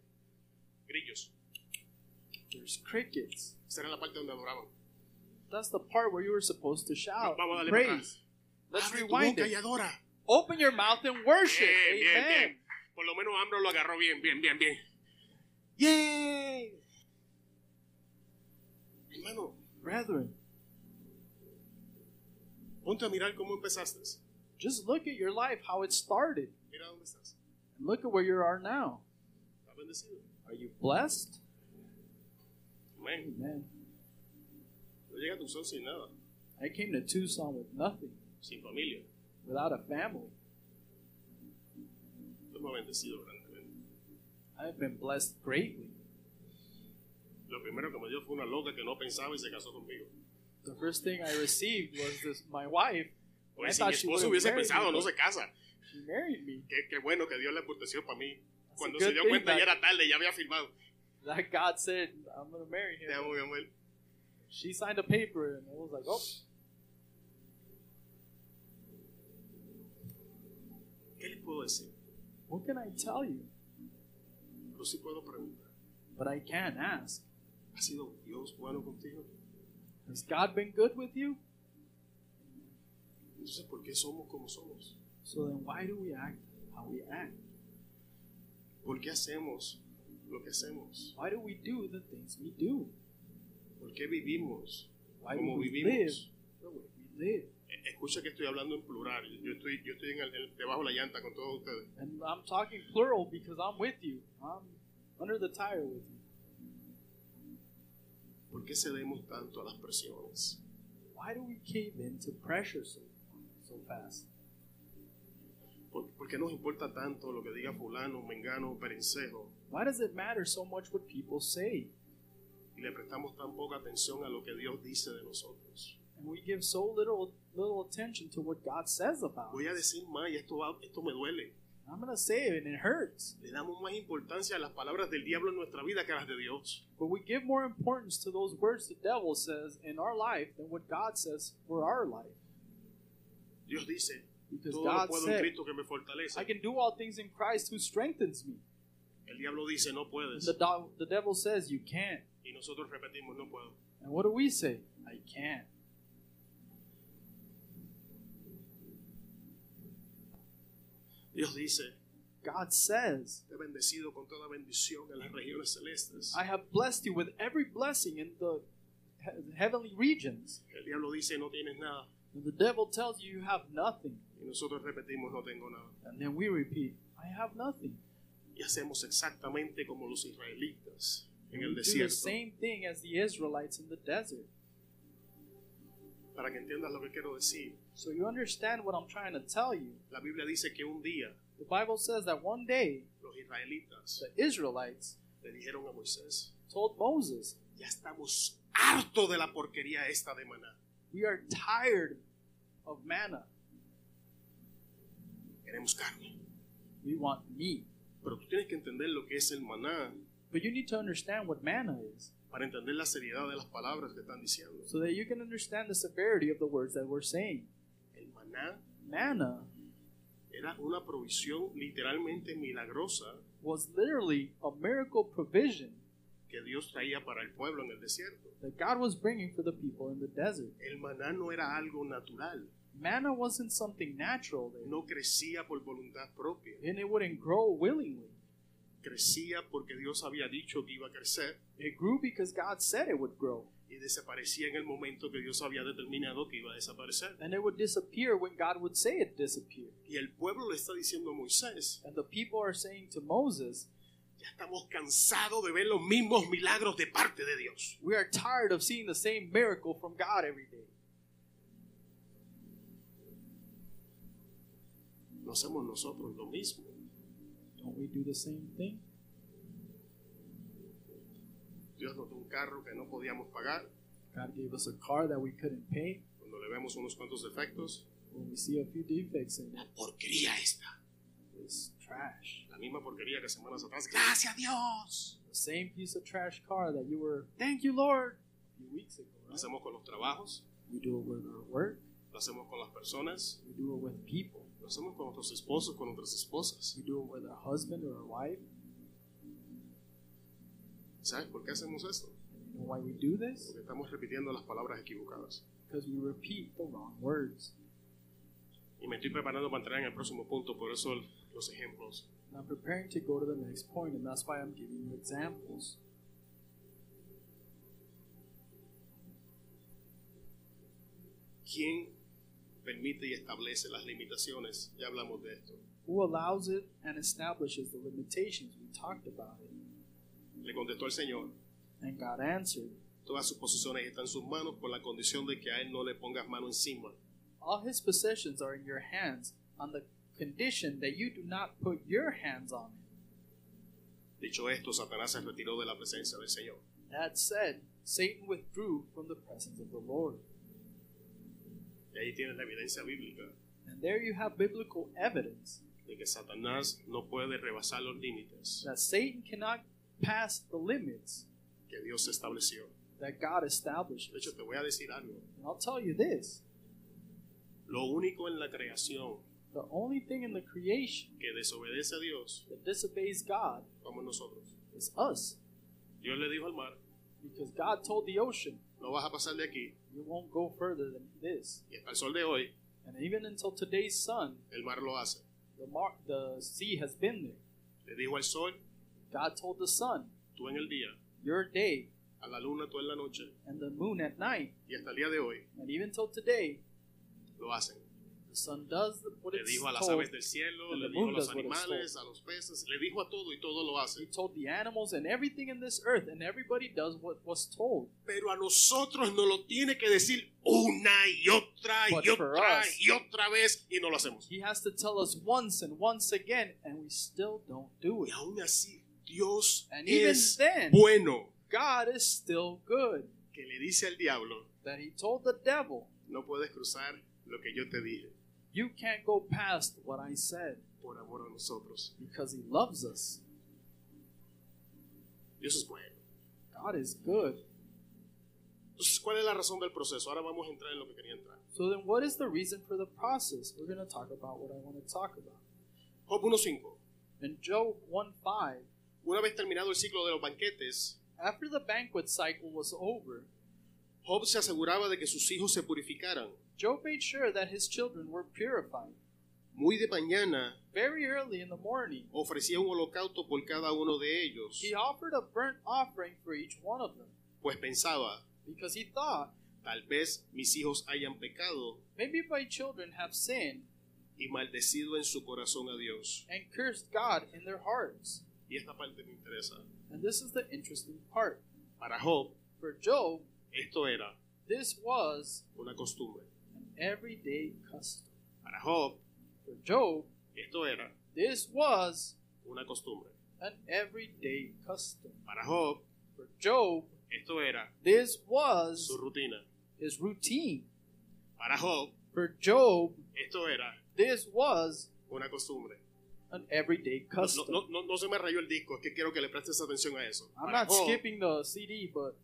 Speaker 3: Grillos.
Speaker 1: There's crickets.
Speaker 3: Esa era la parte donde adoraban.
Speaker 1: That's the part where you were supposed to shout
Speaker 3: Vamos a
Speaker 1: and
Speaker 3: darle para
Speaker 1: praise.
Speaker 3: atrás.
Speaker 1: Let's
Speaker 3: Abre tu
Speaker 1: rewind
Speaker 3: boca y
Speaker 1: it.
Speaker 3: adora.
Speaker 1: Open your mouth and worship.
Speaker 3: Bien, bien,
Speaker 1: Amen.
Speaker 3: bien. Por lo menos Ambro lo agarró bien, bien, bien, bien.
Speaker 1: Yay!
Speaker 3: Hermano,
Speaker 1: Brethren,
Speaker 3: ponte a mirar cómo empezaste.
Speaker 1: just look at your life, how it started.
Speaker 3: Mira dónde estás.
Speaker 1: And look at where you are now.
Speaker 3: Estás bendecido.
Speaker 1: Are you blessed?
Speaker 3: Amén.
Speaker 1: Amen.
Speaker 3: No llega a tu son sin nada,
Speaker 1: I came to Tucson with nothing,
Speaker 3: sin familia.
Speaker 1: without a family.
Speaker 3: Tú me has bendecido grandemente.
Speaker 1: I've been blessed greatly.
Speaker 3: Lo primero que me dio fue una loca que no pensaba y se casó conmigo.
Speaker 1: The first thing I received was this, my wife. And I
Speaker 3: Pues si mi
Speaker 1: thought she would've
Speaker 3: esposo hubiese
Speaker 1: married
Speaker 3: pensado,
Speaker 1: me,
Speaker 3: no
Speaker 1: but
Speaker 3: se casa.
Speaker 1: She married me.
Speaker 3: Qué, qué bueno que Dios la protección para mí. Cuando
Speaker 1: good
Speaker 3: se dio
Speaker 1: thing
Speaker 3: cuenta
Speaker 1: that-
Speaker 3: ya era tarde, ya había firmado.
Speaker 1: That God said, I'm going to marry
Speaker 3: Te
Speaker 1: him.
Speaker 3: amo, mi amor.
Speaker 1: She signed a paper, and I was like, oh.
Speaker 3: ¿Qué les puedo decir?
Speaker 1: What can I tell you?
Speaker 3: Pero sí puedo preguntar.
Speaker 1: But I can ask.
Speaker 3: ¿Ha sido Dios bueno contigo?
Speaker 1: Has God been good with you?
Speaker 3: Entonces, ¿por qué somos como somos?
Speaker 1: So then why do we act how we act?
Speaker 3: ¿Por qué hacemos lo que hacemos?
Speaker 1: Why do we do the things we do?
Speaker 3: ¿Por qué vivimos
Speaker 1: Why do
Speaker 3: como
Speaker 1: we live
Speaker 3: vivimos?
Speaker 1: the way we live?
Speaker 3: Eh, Escucha que estoy hablando en plural. Yo estoy, yo estoy en el- el- debajo de la llanta con todos ustedes.
Speaker 1: And I'm talking plural because I'm with you. I'm under the tire with you.
Speaker 3: ¿Por qué cedemos tanto a las presiones?
Speaker 1: Why do we cave into pressure so, so fast?
Speaker 3: ¿Por, por qué nos importa tanto lo que diga fulano, mengano, perencejo?
Speaker 1: Why does it matter so much what people say?
Speaker 3: Y le prestamos tan poca atención a lo que Dios dice de nosotros.
Speaker 1: And we give so little little attention to what God says about
Speaker 3: Voy a
Speaker 1: us.
Speaker 3: decir más y esto, va- esto me duele.
Speaker 1: I'm going to say it, and it hurts.
Speaker 3: Le damos más importancia a las palabras del diablo en nuestra vida que a las de Dios.
Speaker 1: But we give more importance to those words the devil says in our life than what God says for our life.
Speaker 3: Dios dice,
Speaker 1: Because
Speaker 3: todo lo
Speaker 1: God
Speaker 3: puedo en
Speaker 1: said,
Speaker 3: Cristo que me
Speaker 1: I
Speaker 3: fortalece.
Speaker 1: can do all things in Christ who strengthens me.
Speaker 3: El diablo dice, no
Speaker 1: And
Speaker 3: puedes.
Speaker 1: the, do- the devil says, You can't.
Speaker 3: Y nosotros repetimos, no puedo.
Speaker 1: And what do we say? I can't.
Speaker 3: Dios dice,
Speaker 1: God says,
Speaker 3: te he bendecido con toda bendición en las regiones celestes.
Speaker 1: I have blessed you with every blessing in the he- heavenly regions.
Speaker 3: El diablo dice, no tienes nada.
Speaker 1: And the devil tells you, You have nothing.
Speaker 3: Y nosotros repetimos, no tengo nada.
Speaker 1: And then we repeat, I have nothing.
Speaker 3: Y hacemos exactamente como los israelitas en el
Speaker 1: We do the
Speaker 3: desierto.
Speaker 1: same thing as the Israelites in the desert.
Speaker 3: Para que entiendas lo que quiero decir,
Speaker 1: So you understand what I'm trying to tell you.
Speaker 3: la Biblia dice que un día
Speaker 1: The Bible says that one day
Speaker 3: los israelitas
Speaker 1: the Israelites
Speaker 3: le dijeron a Moisés,
Speaker 1: told Moses,
Speaker 3: ya estamos hartos de la porquería esta de maná.
Speaker 1: We are tired of manna.
Speaker 3: Queremos carne.
Speaker 1: We want meat.
Speaker 3: Pero tú tienes que entender lo que es el maná
Speaker 1: But you need to understand what manna is
Speaker 3: para entender la seriedad de las palabras que están diciendo.
Speaker 1: so that you can understand the severity of the words that we're saying.
Speaker 3: El maná
Speaker 1: Manna
Speaker 3: era una provisión literalmente milagrosa
Speaker 1: was literally a miracle provision
Speaker 3: que Dios traía para el pueblo en el desierto.
Speaker 1: that God was bringing for the people in the desert.
Speaker 3: El maná no era algo natural,
Speaker 1: Manna wasn't something natural, there,
Speaker 3: no crecía por voluntad propia,
Speaker 1: and it wouldn't grow willingly.
Speaker 3: crecía porque Dios había dicho que iba a crecer
Speaker 1: It grew because God said it would grow,
Speaker 3: y desaparecía en el momento que Dios había determinado que iba a desaparecer.
Speaker 1: and it would disappear when God would say it disappeared.
Speaker 3: Y el pueblo le está diciendo a Moisés,
Speaker 1: And the people are saying to Moses,
Speaker 3: ya estamos cansados de ver los mismos milagros de parte de Dios.
Speaker 1: We are tired of seeing the same miracle from God every day.
Speaker 3: No hacemos nosotros lo mismo.
Speaker 1: Don't we do the same thing?
Speaker 3: Dios nos dio un carro que no podíamos pagar,
Speaker 1: God gave us a car that we couldn't pay.
Speaker 3: cuando le vemos unos cuantos defectos,
Speaker 1: When we see a few defects in it,
Speaker 3: porquería esta,
Speaker 1: it's trash.
Speaker 3: la misma porquería que semanas atrás.
Speaker 2: Gracias Dios.
Speaker 1: The same piece of trash car that you were, thank you, Lord, a few weeks ago,
Speaker 3: Lo
Speaker 1: right?
Speaker 3: hacemos con los trabajos,
Speaker 1: We do it with our work,
Speaker 3: lo hacemos con las personas,
Speaker 1: we do it with people,
Speaker 3: lo hacemos con nuestros esposos, con nuestras esposas.
Speaker 1: we do it with our husband or our wife.
Speaker 3: ¿Sabes por qué hacemos esto?
Speaker 1: You know why we do this?
Speaker 3: Porque estamos repitiendo las palabras equivocadas.
Speaker 1: Because we repeat the wrong words.
Speaker 3: Y me estoy preparando para entrar en el próximo punto, por eso los ejemplos.
Speaker 1: And I'm preparing to go to the next point, and that's why I'm giving you examples.
Speaker 3: ¿Quién permite y establece las limitaciones? Ya hablamos de esto.
Speaker 1: Who allows it and establishes the limitations? We talked about it.
Speaker 3: Le contestó el Señor.
Speaker 1: And God answered,
Speaker 3: Todas sus posesiones están en sus manos con la condición de que a él no le pongas mano encima.
Speaker 1: All his possessions are in your hands, on the condition that you do not put your hands on it.
Speaker 3: Dicho esto, Satanás se retiró de la presencia del Señor.
Speaker 1: That said, Satan withdrew from the presence of the Lord.
Speaker 3: Y ahí tienes la evidencia bíblica
Speaker 1: And there you have biblical evidence
Speaker 3: de que Satanás no puede rebasar los límites
Speaker 1: that Satan cannot pass the limits
Speaker 3: que Dios estableció.
Speaker 1: that God established.
Speaker 3: De hecho, te voy a decir algo.
Speaker 1: And I'll tell you this
Speaker 3: Lo único en la creación
Speaker 1: the only thing in the creation
Speaker 3: que desobedece a Dios
Speaker 1: that disobeys God
Speaker 3: somos nosotros.
Speaker 1: is us.
Speaker 3: Dios le dijo al mar,
Speaker 1: Because God told the ocean,
Speaker 3: no vas a pasar de aquí.
Speaker 1: You won't go further than this.
Speaker 3: Y hasta el sol de hoy,
Speaker 1: And even until today's sun,
Speaker 3: el mar lo hace.
Speaker 1: the, mar- the sea has been there.
Speaker 3: Le dijo al sol,
Speaker 1: God told the sun,
Speaker 3: tú en el día,
Speaker 1: Your day
Speaker 3: a la luna tú en la noche.
Speaker 1: and the moon at night,
Speaker 3: Y hasta el día de hoy,
Speaker 1: and even till today,
Speaker 3: lo hacen.
Speaker 1: the sun does what
Speaker 3: Le
Speaker 1: it's
Speaker 3: dijo a las
Speaker 1: told.
Speaker 3: aves del cielo,
Speaker 1: And
Speaker 3: le
Speaker 1: the
Speaker 3: dijo a
Speaker 1: moon
Speaker 3: los
Speaker 1: does what it's
Speaker 3: animales, a los peces, le dijo a todo y todo lo
Speaker 1: He
Speaker 3: hace.
Speaker 1: told the animals and everything in this earth, and everybody does what was told.
Speaker 3: Pero a nosotros nos lo tiene que decir una y otra y
Speaker 1: But for
Speaker 3: otra
Speaker 1: us-
Speaker 3: y otra vez y no lo hacemos.
Speaker 1: He has to tell us once and once again, and we still don't do
Speaker 3: Y
Speaker 1: it.
Speaker 3: aún así, Dios
Speaker 1: And even
Speaker 3: es
Speaker 1: then,
Speaker 3: bueno
Speaker 1: God is still good.
Speaker 3: que le dice al diablo,
Speaker 1: That He told the devil,
Speaker 3: no puedes cruzar lo que yo te dije
Speaker 1: You can't go past what I said
Speaker 3: por amor a nosotros.
Speaker 1: because He loves us.
Speaker 3: Dios es bueno.
Speaker 1: God is good.
Speaker 3: Entonces, ¿cuál es la razón del proceso? Ahora vamos a entrar en lo que quería entrar.
Speaker 1: So then, what is the reason for the process? We're going to talk about what I want to talk about.
Speaker 3: Job 1.5.
Speaker 1: In Job 1 5,
Speaker 3: Una vez terminado el ciclo de los banquetes,
Speaker 1: after the banquet cycle was over,
Speaker 3: Job se aseguraba de que sus hijos se purificaran.
Speaker 1: Job made sure that his children were purified.
Speaker 3: Muy de mañana
Speaker 1: Very early in the morning,
Speaker 3: ofrecía un holocausto por cada uno de ellos,
Speaker 1: he offered a burnt offering for each one of them
Speaker 3: pues pensaba,
Speaker 1: because he thought,
Speaker 3: tal vez mis hijos hayan pecado
Speaker 1: maybe my children have sinned
Speaker 3: y maldecido en su corazón a Dios.
Speaker 1: and cursed God in their hearts.
Speaker 3: Y esta parte me interesa.
Speaker 1: And this is the interesting part.
Speaker 3: Para Job,
Speaker 1: For Job,
Speaker 3: esto era
Speaker 1: this was
Speaker 3: una costumbre.
Speaker 1: an everyday custom.
Speaker 3: Para Job,
Speaker 1: For Job,
Speaker 3: esto era
Speaker 1: this was
Speaker 3: una costumbre.
Speaker 1: an everyday custom.
Speaker 3: Para Job,
Speaker 1: For Job,
Speaker 3: esto era
Speaker 1: this was
Speaker 3: su rutina.
Speaker 1: his routine.
Speaker 3: Para Job,
Speaker 1: For Job,
Speaker 3: esto era
Speaker 1: this was
Speaker 3: una costumbre.
Speaker 1: an everyday
Speaker 3: No,
Speaker 1: custom.
Speaker 3: no- no- no se me rayó el disco, es que quiero que le prestes atención a eso.
Speaker 1: I'm
Speaker 3: Para
Speaker 1: not
Speaker 3: Job,
Speaker 1: skipping Este the CD, but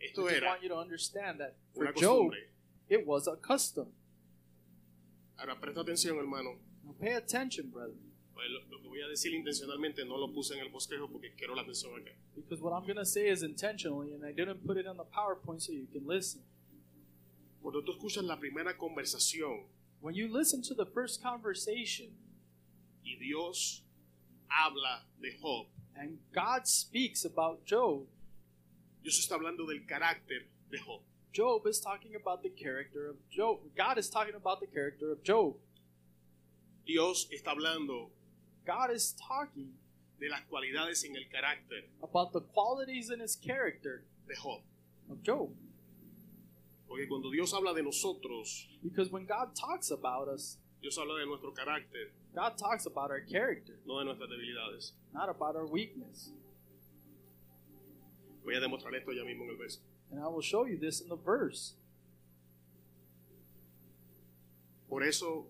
Speaker 3: esto
Speaker 1: I just
Speaker 3: Oh. era
Speaker 1: want you to understand that for
Speaker 3: una
Speaker 1: Job,
Speaker 3: costumbre.
Speaker 1: it was a custom.
Speaker 3: Ahora presta atención, hermano.
Speaker 1: Now pay attention, brother,
Speaker 3: Pues lo, lo que voy a decir intencionalmente no lo puse en el bosquejo porque quiero la atención acá.
Speaker 1: because what I'm going to say is intentionally, and I didn't put it on the PowerPoint so you can listen.
Speaker 3: Cuando tú escuchas la primera conversación
Speaker 1: When you listen to the first conversation
Speaker 3: y Dios habla de Job,
Speaker 1: and God speaks about Job,
Speaker 3: Dios está hablando del carácter de Job.
Speaker 1: Job is talking about the character of Job. God is talking about the character of Job.
Speaker 3: Dios está hablando
Speaker 1: God is talking
Speaker 3: de las cualidades en el carácter
Speaker 1: about the qualities in his character
Speaker 3: de Job.
Speaker 1: of Job.
Speaker 3: Porque cuando Dios habla de nosotros,
Speaker 1: Because when God talks about us,
Speaker 3: Dios habla de nuestro carácter,
Speaker 1: God talks about our character,
Speaker 3: no de nuestras debilidades.
Speaker 1: not about our weakness.
Speaker 3: Voy a demostrar esto ya mismo en el verso.
Speaker 1: And I will show you this in the verse.
Speaker 3: Por eso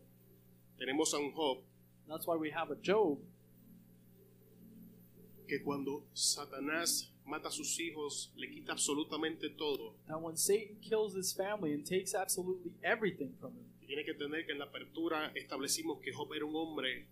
Speaker 3: tenemos a un Job
Speaker 1: That's why we have a Job
Speaker 3: que cuando Satanás mata a sus hijos, le quita absolutamente todo.
Speaker 1: that when Satan kills his family and takes absolutely everything from him,
Speaker 3: Y tiene que entender que en la apertura establecimos que Job era un hombre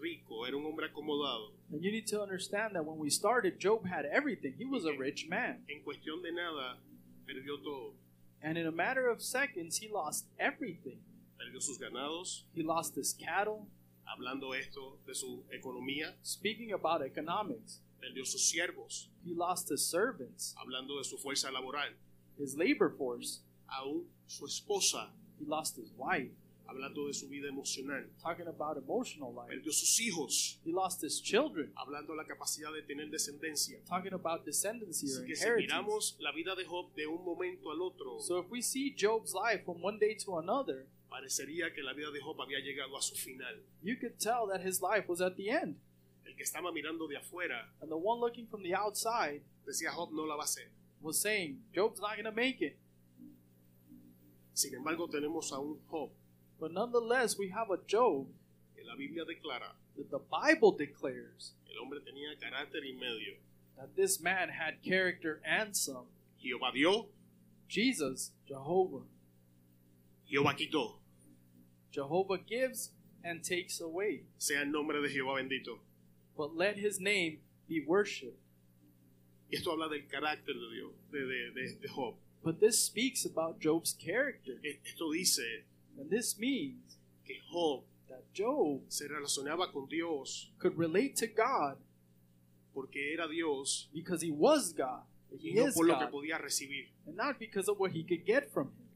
Speaker 3: rico, era un hombre acomodado.
Speaker 1: and you need to understand that when we started, Job had everything. He was a rich man.
Speaker 3: En cuestión de nada, perdió todo.
Speaker 1: And in a matter of seconds, he lost everything.
Speaker 3: Perdió sus ganados,
Speaker 1: He lost his cattle,
Speaker 3: hablando esto de su economía.
Speaker 1: speaking about economics.
Speaker 3: Perdió sus siervos,
Speaker 1: He lost his servants,
Speaker 3: hablando de su fuerza laboral.
Speaker 1: his labor force.
Speaker 3: Aún su esposa,
Speaker 1: He lost his wife,
Speaker 3: hablando de su vida emocional.
Speaker 1: talking about emotional life.
Speaker 3: Perdió sus hijos,
Speaker 1: He lost his children,
Speaker 3: hablando de la capacidad de tener descendencia.
Speaker 1: talking about descendancy
Speaker 3: Así
Speaker 1: or
Speaker 3: que si
Speaker 1: inheritance.
Speaker 3: miramos la vida de Job de un momento al otro,
Speaker 1: So if we see Job's life from one day to another,
Speaker 3: parecería que la vida de Job había llegado a su final.
Speaker 1: you could tell that his life was at the end.
Speaker 3: El que estaba mirando de afuera
Speaker 1: And the one looking from the outside
Speaker 3: decía Job no la va a hacer.
Speaker 1: was saying, Job's not going to make it.
Speaker 3: Sin embargo, tenemos a un Job
Speaker 1: But nonetheless, we have a Job
Speaker 3: que la Biblia declara,
Speaker 1: that the Bible declares
Speaker 3: el hombre tenía carácter y medio.
Speaker 1: that this man had character and some.
Speaker 3: Jehová dio,
Speaker 1: Jesus, Jehovah.
Speaker 3: Jehová quitó.
Speaker 1: Jehovah gives and takes away.
Speaker 3: Sea el nombre de Jehová bendito.
Speaker 1: But let his name be worshipped.
Speaker 3: Y esto habla del carácter de Dios, de, de- de- de Job.
Speaker 1: But this speaks about Job's character.
Speaker 3: E- Esto dice
Speaker 1: And this means
Speaker 3: que Job
Speaker 1: that Job
Speaker 3: se relacionaba con Dios
Speaker 1: could relate to God
Speaker 3: porque era Dios
Speaker 1: because he was God.
Speaker 3: y
Speaker 1: He
Speaker 3: no
Speaker 1: is
Speaker 3: por lo que
Speaker 1: God.
Speaker 3: podía recibir.
Speaker 1: And not because of what he could get from him.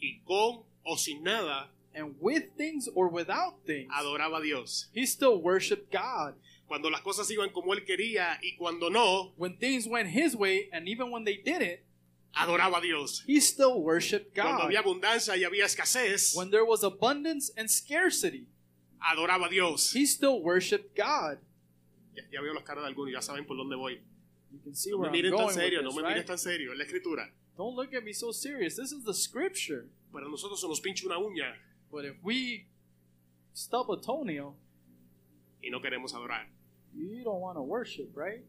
Speaker 3: Y con o sin nada
Speaker 1: And with things or without things,
Speaker 3: adoraba a Dios.
Speaker 1: he still worshiped God.
Speaker 3: Cuando las cosas iban como él quería y cuando no,
Speaker 1: When things went his way, and even when they didn't,
Speaker 3: adoraba a Dios.
Speaker 1: he still worshiped
Speaker 3: Cuando
Speaker 1: God.
Speaker 3: había abundancia y había escasez,
Speaker 1: When there was abundance and scarcity,
Speaker 3: adoraba a Dios.
Speaker 1: he still worshiped God.
Speaker 3: Ya, ya veo las caras de algunos, ya saben por dónde voy.
Speaker 1: You can see
Speaker 3: No
Speaker 1: where
Speaker 3: me
Speaker 1: I'm
Speaker 3: miren
Speaker 1: going
Speaker 3: tan
Speaker 1: with
Speaker 3: serio, no
Speaker 1: this,
Speaker 3: me
Speaker 1: right?
Speaker 3: miren tan serio, es la escritura.
Speaker 1: Don't look at me so serious. This is the scripture.
Speaker 3: Para nosotros se nos pincha una uña
Speaker 1: But if we stub a toenail,
Speaker 3: y no queremos adorar.
Speaker 1: you don't want to worship, right?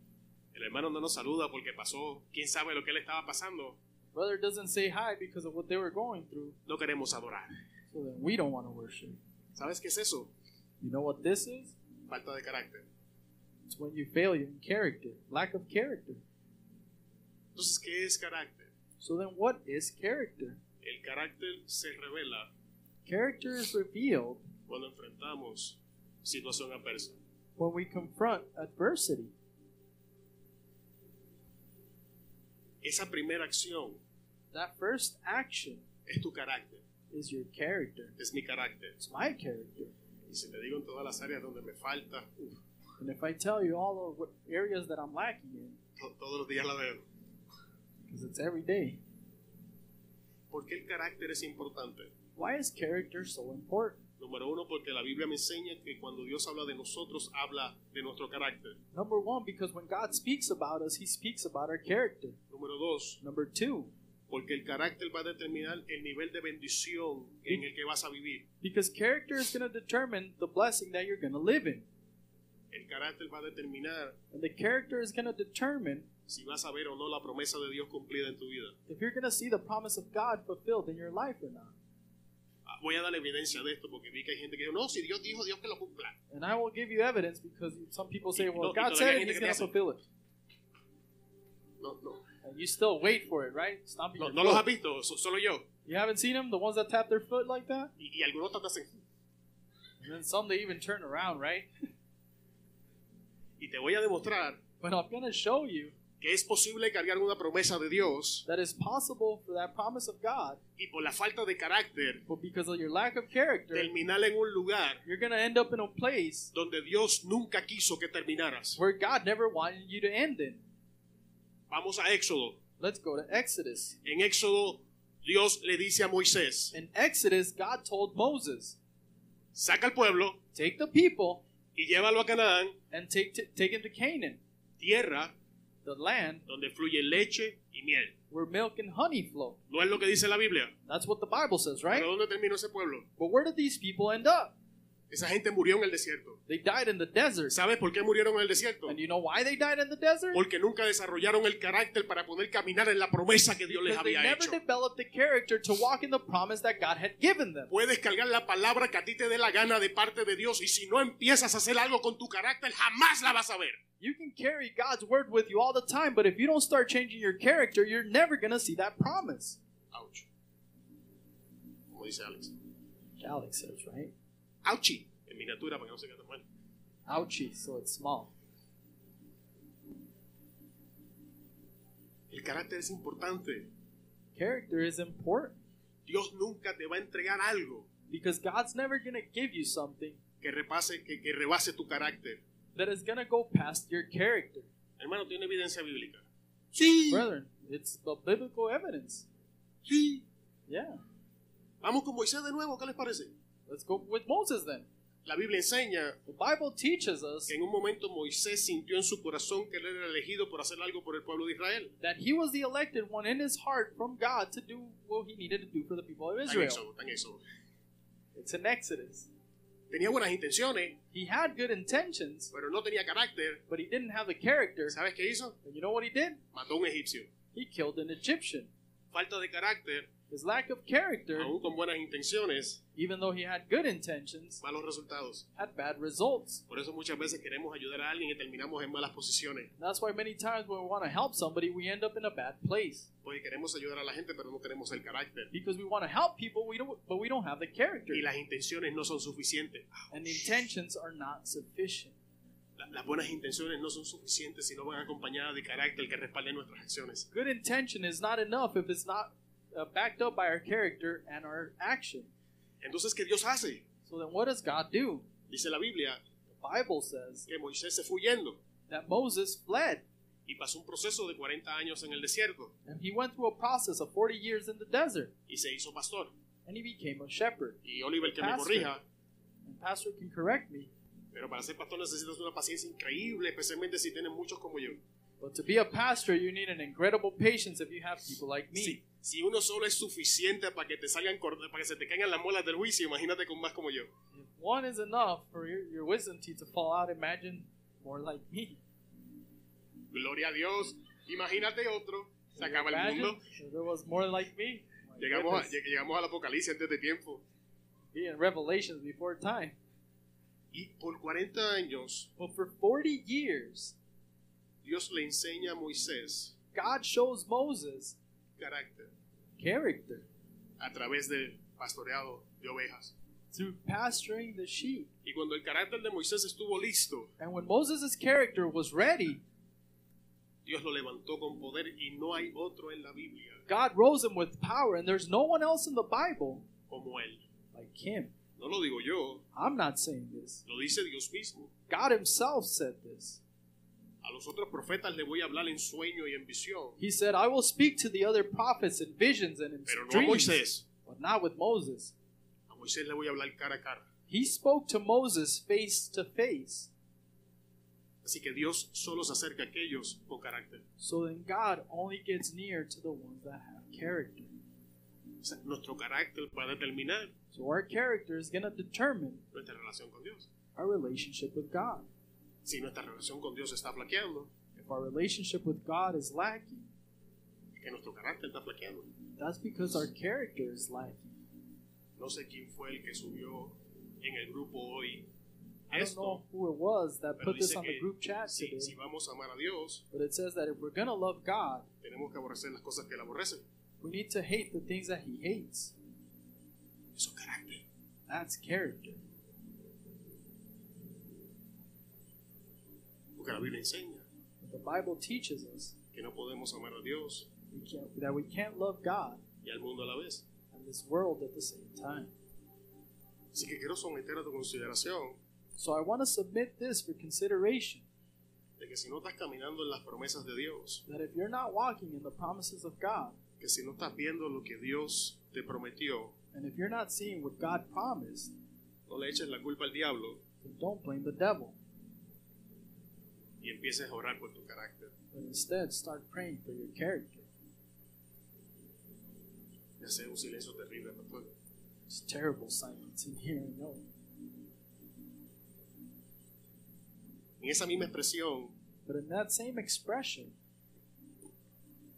Speaker 3: El hermano no nos saluda porque pasó, quién sabe lo que él estaba pasando.
Speaker 1: Brother doesn't say hi because of what they were going through,
Speaker 3: No queremos adorar.
Speaker 1: so then we don't want to worship.
Speaker 3: ¿Sabes qué es eso?
Speaker 1: You know what this is?
Speaker 3: Falta de carácter.
Speaker 1: It's when you fail in character, lack of character.
Speaker 3: Entonces, ¿qué es carácter?
Speaker 1: So then, what is character?
Speaker 3: El carácter se revela
Speaker 1: Character is revealed
Speaker 3: cuando enfrentamos situación adversa.
Speaker 1: when we confront adversity.
Speaker 3: Esa primera acción
Speaker 1: That first action
Speaker 3: es tu carácter,
Speaker 1: is your character.
Speaker 3: es mi carácter.
Speaker 1: It's my character.
Speaker 3: Y si te digo en todas las áreas donde me falta, uf,
Speaker 1: And if I tell you all of what areas that I'm lacking in,
Speaker 3: to- todos los días la veo.
Speaker 1: because it's every day,
Speaker 3: ¿Por qué el carácter es importante?
Speaker 1: why is character so important?
Speaker 3: Número uno, porque la Biblia me enseña que cuando Dios habla de nosotros, habla de nuestro carácter.
Speaker 1: Number one, because when God speaks about us, He speaks about our character.
Speaker 3: Número dos,
Speaker 1: Number two,
Speaker 3: porque el carácter va a determinar el nivel de bendición en el que vas a vivir.
Speaker 1: because character is going to determine the blessing that you're going to live in.
Speaker 3: El carácter va a determinar
Speaker 1: And the character is going to determine
Speaker 3: si vas a ver o no la promesa de Dios cumplida en tu vida.
Speaker 1: if you're going to see the promise of God fulfilled in your life or not.
Speaker 3: Ah, Voy a dar evidencia de esto porque vi que hay gente que dice, no, si Dios dijo, Dios que lo cumpla.
Speaker 1: And I will give you evidence because some people say,
Speaker 3: Y-
Speaker 1: well,
Speaker 3: no, y
Speaker 1: God
Speaker 3: todavía
Speaker 1: said
Speaker 3: hay
Speaker 1: it,
Speaker 3: gente
Speaker 1: He's
Speaker 3: que
Speaker 1: going to
Speaker 3: te hace.
Speaker 1: fulfill it.
Speaker 3: No, no.
Speaker 1: And you still wait for it, right? Stop
Speaker 3: No,
Speaker 1: your
Speaker 3: no los has
Speaker 1: foot.
Speaker 3: visto, so- solo yo.
Speaker 1: You haven't seen them, the ones that tap their foot like that?
Speaker 3: Y, y algunos hasta te hacen.
Speaker 1: And then some they even turn around, right?
Speaker 3: Y te voy a demostrar
Speaker 1: But I'm going to show you
Speaker 3: que es posible cargar una promesa de Dios
Speaker 1: that it's possible for that promise of God,
Speaker 3: y por la falta de carácter
Speaker 1: but because of your lack of character,
Speaker 3: terminar en un lugar
Speaker 1: you're going to end up in a place
Speaker 3: donde Dios nunca quiso que terminaras.
Speaker 1: where God never wanted you to end in.
Speaker 3: Vamos a Éxodo.
Speaker 1: Let's go to Exodus.
Speaker 3: En Éxodo, Dios le dice a Moisés,
Speaker 1: In Exodus, God told Moses,
Speaker 3: saca al pueblo
Speaker 1: Take the people
Speaker 3: y llévalo a Canaán,
Speaker 1: and take, t- take him to Canaan,
Speaker 3: tierra
Speaker 1: the land
Speaker 4: donde fluye leche y miel.
Speaker 1: where milk and honey flow.
Speaker 4: No es lo que dice la Biblia.
Speaker 1: That's what the Bible says, right?
Speaker 3: ¿Pero dónde terminó ese pueblo?
Speaker 1: But where did these people end up?
Speaker 3: Esa gente murió en el desierto.
Speaker 1: They died in the desert.
Speaker 3: ¿Sabes por qué murieron en el desierto?
Speaker 1: And you know why they died in the desert?
Speaker 3: Porque nunca desarrollaron el carácter para poder caminar en la promesa que Dios les
Speaker 1: Because they
Speaker 3: había
Speaker 1: never
Speaker 3: hecho.
Speaker 1: developed the character to walk in the promise that God had given them.
Speaker 3: Puedes cargar la palabra que a ti te dé la gana de parte de Dios y si no empiezas a hacer algo con tu carácter, jamás la vas a ver.
Speaker 1: You can carry God's word with you all the time, but if you don't start changing your character, you're never going to see that promise.
Speaker 3: Ouch. Como dice Alex.
Speaker 1: Alex says, right?
Speaker 3: Auchi. En miniatura para que no se quede tan mal.
Speaker 1: Ouchie, so it's small.
Speaker 3: El carácter es importante.
Speaker 1: Character is important
Speaker 3: Dios nunca te va a entregar algo
Speaker 1: because God's never going to give you something
Speaker 3: que repase, que, que rebase tu carácter.
Speaker 1: that is going to go past your character.
Speaker 3: Hermano, tiene evidencia bíblica.
Speaker 2: Sí,
Speaker 1: Brethren, it's the biblical evidence.
Speaker 2: sí.
Speaker 1: Yeah.
Speaker 3: Vamos con Moisés de nuevo, ¿qué les parece?
Speaker 1: Let's go with Moses then.
Speaker 3: La Biblia enseña
Speaker 1: The Bible teaches us
Speaker 3: que en un momento Moisés sintió en su corazón que él era elegido por hacer algo por el pueblo de Israel.
Speaker 1: that he was the elected one in his heart from God to do what he needed to do for the people of
Speaker 3: Está
Speaker 1: Israel.
Speaker 3: en Éxodo, está en Éxodo.
Speaker 1: It's in Exodus.
Speaker 3: Tenía buenas intenciones,
Speaker 1: He had good intentions,
Speaker 3: pero no tenía carácter.
Speaker 1: but he didn't have the character.
Speaker 3: ¿Sabes qué hizo?
Speaker 1: And you know what he did?
Speaker 3: Mató a un egipcio.
Speaker 1: He killed an Egyptian.
Speaker 3: Falta de carácter,
Speaker 1: His lack of character,
Speaker 3: aún con buenas intenciones,
Speaker 1: even though he had good intentions,
Speaker 3: malos resultados.
Speaker 1: had bad results.
Speaker 3: Por eso muchas veces queremos ayudar a alguien y terminamos en malas posiciones.
Speaker 1: That's why many times when we want to help somebody, we end up in a bad place
Speaker 3: Porque queremos ayudar a la gente, pero no tenemos el carácter.
Speaker 1: because we want to help people, we don't, but we don't have the character,
Speaker 3: Y las intenciones no son suficientes.
Speaker 1: and the intentions are not sufficient.
Speaker 3: La- Las buenas intenciones no son suficientes si no van acompañadas de carácter que respalde nuestras acciones.
Speaker 1: Good intention is not enough if it's not uh, backed up by our character and our action.
Speaker 3: Entonces, ¿qué Dios hace?
Speaker 1: So then, what does God do?
Speaker 3: Dice la Biblia
Speaker 1: The Bible says
Speaker 3: que Moisés se fue huyendo
Speaker 1: that Moses fled
Speaker 3: y pasó un proceso de 40 años en el desierto
Speaker 1: and he went through a process of 40 years in the desert
Speaker 3: y se hizo pastor.
Speaker 1: and he became a shepherd.
Speaker 3: Y Oliver, que me
Speaker 1: Pastor.
Speaker 3: corrija,
Speaker 1: And Pastor can correct me,
Speaker 3: pero para ser pastor necesitas una paciencia increíble, especialmente si tienes muchos como yo.
Speaker 1: but to be a pastor, you need an incredible patience if you have people like me.
Speaker 3: Si, si uno solo es suficiente para que te salgan cor- para que se te caigan las muelas del juicio, imagínate con más como yo.
Speaker 1: If one is enough for your, your wisdom teeth to fall out, imagine more like me.
Speaker 3: Gloria a Dios. Imagínate otro. Se acaba el
Speaker 1: Imagine
Speaker 3: mundo.
Speaker 1: if there was more like me. My
Speaker 3: Llegamos, a-
Speaker 1: goodness,
Speaker 3: lleg- llegamos al apocalipsis antes de tiempo.
Speaker 1: be in Revelations before time.
Speaker 3: Y por 40 años,
Speaker 1: But for 40 years,
Speaker 3: Dios le enseña a Moisés
Speaker 1: God shows Moses
Speaker 3: carácter
Speaker 1: character
Speaker 3: a través del pastoreado de ovejas.
Speaker 1: through pasturing the sheep.
Speaker 3: Y cuando el carácter de Moisés estuvo listo,
Speaker 1: And when Moses' character was ready,
Speaker 3: Dios lo levantó con poder y no hay otro en la Biblia
Speaker 1: God rose him with power, and there's no one else in the Bible
Speaker 3: como él.
Speaker 1: like him.
Speaker 3: No lo digo yo,
Speaker 1: I'm not saying this.
Speaker 3: lo dice Dios mismo.
Speaker 1: God himself said this.
Speaker 3: A los otros profetas le voy a hablar en sueño y en visión,
Speaker 1: He said, I will speak to the other prophets in visions and in
Speaker 3: pero no a
Speaker 1: dreams,
Speaker 3: Moisés.
Speaker 1: but not with Moses.
Speaker 3: A Moisés le voy a hablar cara a cara.
Speaker 1: He spoke to Moses face to face.
Speaker 3: Así que Dios solo se acerca a aquellos con carácter.
Speaker 1: So then God only gets near to the ones that have character.
Speaker 3: O sea, nuestro carácter va a determinar
Speaker 1: So our character is going to determine
Speaker 3: nuestra relación con Dios.
Speaker 1: our relationship with God.
Speaker 3: Si nuestra relación con Dios está flaqueando,
Speaker 1: If our relationship with God is lacking,
Speaker 3: es que nuestro carácter está flaqueando.
Speaker 1: that's because our character is lacking.
Speaker 3: No sé quién fue el que subió en el grupo hoy
Speaker 1: I don't know
Speaker 3: esto,
Speaker 1: who it was that
Speaker 3: pero
Speaker 1: put this
Speaker 3: dice
Speaker 1: on the
Speaker 3: que
Speaker 1: group chat
Speaker 3: si, si
Speaker 1: today,
Speaker 3: vamos a amar a Dios,
Speaker 1: but it says that if we're going to love God,
Speaker 3: tenemos que aborrecer las cosas que Él aborrece.
Speaker 1: we need to hate the things that He hates.
Speaker 3: Eso es carácter.
Speaker 1: That's character.
Speaker 3: Porque la Biblia enseña
Speaker 1: The Bible teaches us
Speaker 3: que no podemos amar a Dios
Speaker 1: we can't, that we can't love God
Speaker 3: y al mundo a la vez.
Speaker 1: and this world at the same time.
Speaker 3: Así que quiero someter a tu consideración
Speaker 1: So I want to submit this for consideration
Speaker 3: de que si no estás caminando en las promesas de Dios,
Speaker 1: that if you're not walking in the promises of God,
Speaker 3: que si no estás viendo lo que Dios te prometió,
Speaker 1: and if you're not seeing what God promised,
Speaker 3: no le eches la culpa al diablo
Speaker 1: then don't blame the devil.
Speaker 3: y
Speaker 4: y empieces a orar por tu carácter.
Speaker 1: but instead start praying for your character.
Speaker 3: Y hacer un silencio terrible, pastor.
Speaker 1: It's terrible silence in here, I know.
Speaker 3: En esa misma expresión,
Speaker 1: But in that same expression,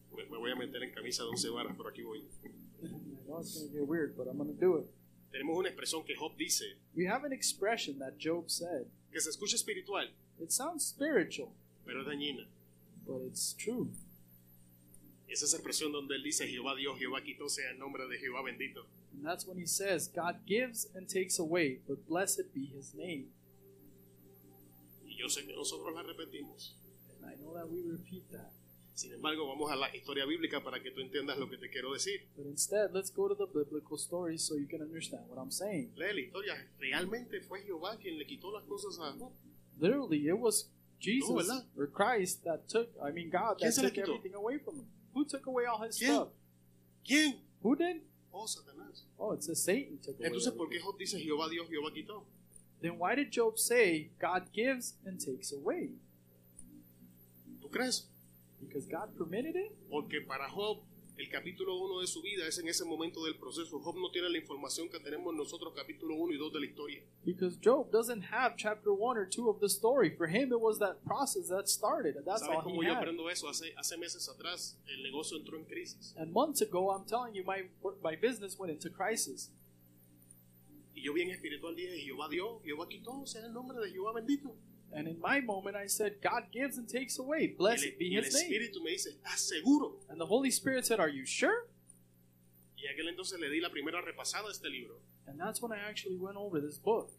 Speaker 1: *laughs*
Speaker 3: me, me voy a meter en camisa de once varas, pero aquí voy.
Speaker 1: I know it's going to get weird, but I'm going to do it.
Speaker 3: Tenemos una expresión que Job dice,
Speaker 1: You have an expression that Job said.
Speaker 3: que se escucha espiritual,
Speaker 1: It sounds spiritual,
Speaker 3: pero es dañina.
Speaker 1: but it's true.
Speaker 3: Es esa expresión donde él dice, Jehová Dios, Jehová quitó sea el nombre de Jehová bendito.
Speaker 1: And that's when he says, God gives and takes away, but blessed be his name.
Speaker 3: Y yo sé que nosotros la repetimos.
Speaker 1: And I know that we repeat that.
Speaker 3: Sin embargo, vamos a la historia bíblica para que tú entiendas lo que te quiero decir.
Speaker 1: But instead, let's go to the biblical story so you can understand what I'm saying.
Speaker 3: Lee la historia. Realmente fue Jehová quien le quitó las cosas a Job.
Speaker 1: Literally, it was Jesus
Speaker 3: No, ¿verdad?
Speaker 1: or Christ that took, I mean, God
Speaker 3: ¿Quién
Speaker 1: that
Speaker 3: se la
Speaker 1: took
Speaker 3: quitó?
Speaker 1: everything away from him. Who took away all his
Speaker 3: ¿Quién?
Speaker 1: stuff?
Speaker 3: ¿Quién?
Speaker 1: Who did?
Speaker 3: Oh, Satanás.
Speaker 1: Oh, it says Satan took away.
Speaker 3: Entonces, ¿por qué
Speaker 1: everything.
Speaker 3: Job dice Jehová Dios, Jehová quitó?
Speaker 1: Then why did Job say, God gives and takes away?
Speaker 3: ¿Tú crees?
Speaker 1: Because God permitted it?
Speaker 3: Porque para Job, el capítulo 1 de su vida es en ese momento del proceso. Job no tiene la información que tenemos nosotros, capítulo 1 y 2 de la historia.
Speaker 1: Because Job doesn't have chapter 1 or 2 of the story. For him, it was that process that started. and That's
Speaker 3: ¿Sabes
Speaker 1: all
Speaker 3: cómo
Speaker 1: he
Speaker 3: yo
Speaker 1: had.
Speaker 3: aprendo eso? Hace, hace meses atrás, el negocio entró en crisis.
Speaker 1: And months ago, I'm telling you, my, my business went into crisis.
Speaker 3: Y yo bien espiritual dije, Jehová Dios, Jehová quitó, sea el nombre de Jehová bendito.
Speaker 1: And in my moment, I said, God gives and takes away.
Speaker 3: Y el,
Speaker 1: Blessed be
Speaker 3: y el
Speaker 1: his name.
Speaker 3: espíritu me dice, ¿estás seguro?
Speaker 1: And the Holy Spirit said, Are you sure?
Speaker 3: Y aquel entonces le di la primera repasada a este libro.
Speaker 1: And that's when I actually went over this book.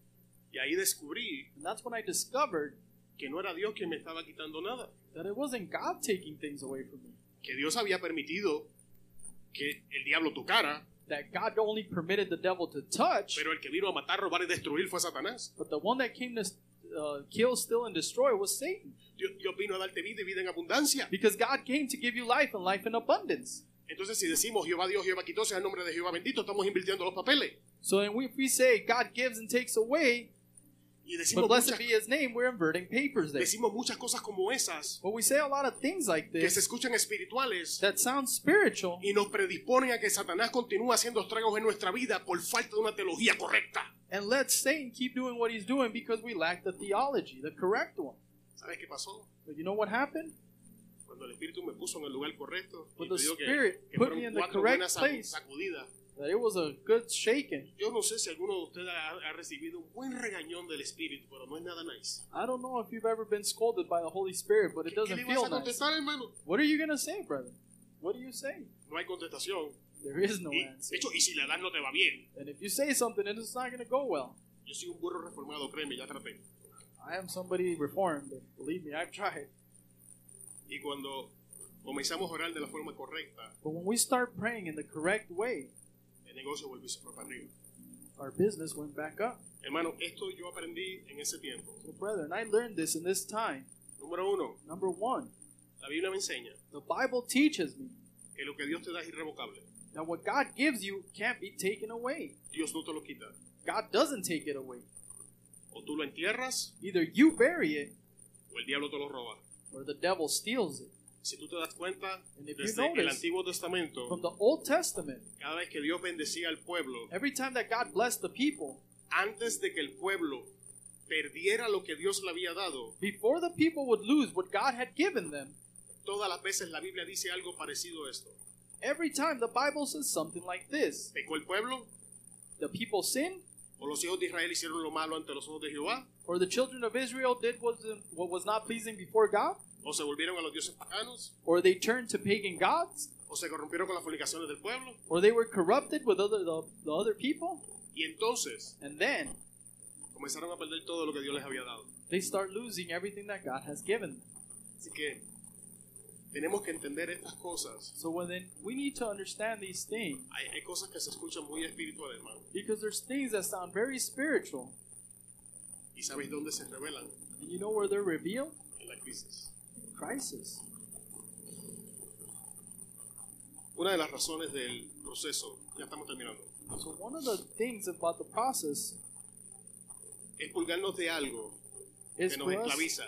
Speaker 3: Y ahí descubrí
Speaker 1: And that's when I discovered
Speaker 3: que no era Dios quien me estaba quitando nada.
Speaker 1: that it wasn't God taking things away from me,
Speaker 3: Que Dios había permitido que el diablo tocara,
Speaker 1: that God only permitted the devil to touch,
Speaker 3: pero el que vino a matar, robar y destruir fue Satanás.
Speaker 1: but the one that came to uh, kill, steal, and destroy was Satan.
Speaker 3: Dios, Dios vino a darte vida y vida en abundancia.
Speaker 1: Because God came to give you life and life in abundance.
Speaker 3: Entonces, si decimos Jehová Dios, Jehová quitó, sea el nombre de Jehová bendito, estamos invirtiendo los papeles.
Speaker 1: So then we- if we say God gives and takes away,
Speaker 3: Y
Speaker 1: but
Speaker 3: decimos
Speaker 1: blessed
Speaker 3: muchas,
Speaker 1: be his name, we're inverting papers there.
Speaker 3: decimos muchas cosas como esas
Speaker 1: But we say a lot of things like
Speaker 3: que se
Speaker 1: this
Speaker 3: escuchan espirituales
Speaker 1: that sound spiritual,
Speaker 3: y nos predisponen a que Satanás continúe haciendo estragos en nuestra vida por falta de una teología correcta.
Speaker 1: and let Satan keep doing what he's doing because we lack the theology, the correct one.
Speaker 3: ¿Sabes qué pasó?
Speaker 1: But you know what happened?
Speaker 3: Cuando el Espíritu me puso en el lugar correcto, y
Speaker 1: When
Speaker 3: te
Speaker 1: the
Speaker 3: digo que,
Speaker 1: Spirit
Speaker 3: que
Speaker 1: put
Speaker 3: fueron
Speaker 1: me in the
Speaker 3: cuatro
Speaker 1: correct
Speaker 3: buenas sacu-
Speaker 1: place.
Speaker 3: sacudidas.
Speaker 1: That it was a good shaking.
Speaker 3: Yo no sé si alguno de ustedes ha, ha recibido un buen regañón del Espíritu, pero no es nada nice.
Speaker 1: I don't know if you've ever been scolded by the Holy Spirit, but it
Speaker 3: ¿Qué, qué
Speaker 1: doesn't
Speaker 3: le vas
Speaker 1: feel
Speaker 3: a
Speaker 1: nice.
Speaker 3: contestar, hermano?
Speaker 1: What are you going to say, brother? What do you say?
Speaker 3: No hay contestación.
Speaker 1: There is no
Speaker 3: Y,
Speaker 1: answer.
Speaker 3: de hecho, y si la das no te va bien.
Speaker 1: And if you say something, then it's not going to go well.
Speaker 3: Yo soy un burro reformado, créeme, ya traté.
Speaker 1: I am somebody reformed. and Believe me, I've tried.
Speaker 3: Y cuando comenzamos a orar de la forma correcta,
Speaker 1: But when we start praying in the correct way,
Speaker 3: el negocio volvió y se fue para arriba.
Speaker 1: our business went back up.
Speaker 3: Hermano, esto yo aprendí en ese tiempo.
Speaker 1: So, brethren, I learned this in this time.
Speaker 3: Número uno,
Speaker 1: Number one,
Speaker 3: la Biblia me enseña
Speaker 1: the Bible teaches me
Speaker 3: que lo que Dios te da es irrevocable.
Speaker 1: that what God gives you can't be taken away.
Speaker 3: Dios no te lo quita.
Speaker 1: God doesn't take it away.
Speaker 3: O tú lo entierras
Speaker 1: Either you bury it
Speaker 3: o el diablo te lo roba.
Speaker 1: or the devil steals it.
Speaker 3: Si tú te das cuenta,
Speaker 1: And if you
Speaker 3: desde el
Speaker 1: notice-
Speaker 3: Antiguo Testamento,
Speaker 1: From the Old Testament,
Speaker 3: cada vez que Dios bendecía al pueblo,
Speaker 1: every time that God blessed the people,
Speaker 3: antes de que el pueblo perdiera lo que Dios le había dado,
Speaker 1: before the people would lose what God had given them,
Speaker 3: todas las veces la Biblia dice algo parecido a esto.
Speaker 1: every time the Bible says something like this
Speaker 3: ¿Pecó el pueblo?
Speaker 1: The people sinned,
Speaker 3: ¿O los hijos de Israel hicieron lo malo ante los ojos de Jehová?
Speaker 1: or the children of Israel did what was- what was not pleasing before God,
Speaker 3: ¿O se volvieron a los dioses paganos?
Speaker 1: or they turned to pagan gods,
Speaker 3: ¿O se corrompieron con las fornicaciones del pueblo?
Speaker 1: or they were corrupted with other, the, the other people,
Speaker 3: Y entonces
Speaker 1: and then
Speaker 3: comenzaron a perder todo lo que Dios les había dado.
Speaker 1: they start losing everything that God has given them.
Speaker 3: Así que tenemos que entender estas cosas.
Speaker 1: So when then we need to understand these things
Speaker 3: Hay, hay cosas que se escuchan muy espirituales, hermano.
Speaker 1: because there's things that sound very spiritual,
Speaker 3: ¿Y sabéis dónde se revelan?
Speaker 1: and you know where they're revealed?
Speaker 3: En la crisis.
Speaker 1: In crisis.
Speaker 3: Una de las razones del proceso, ya estamos terminando,
Speaker 1: So one of the things about the process
Speaker 3: es pulgarnos de algo
Speaker 1: is
Speaker 3: que nos
Speaker 1: for us
Speaker 3: esclaviza.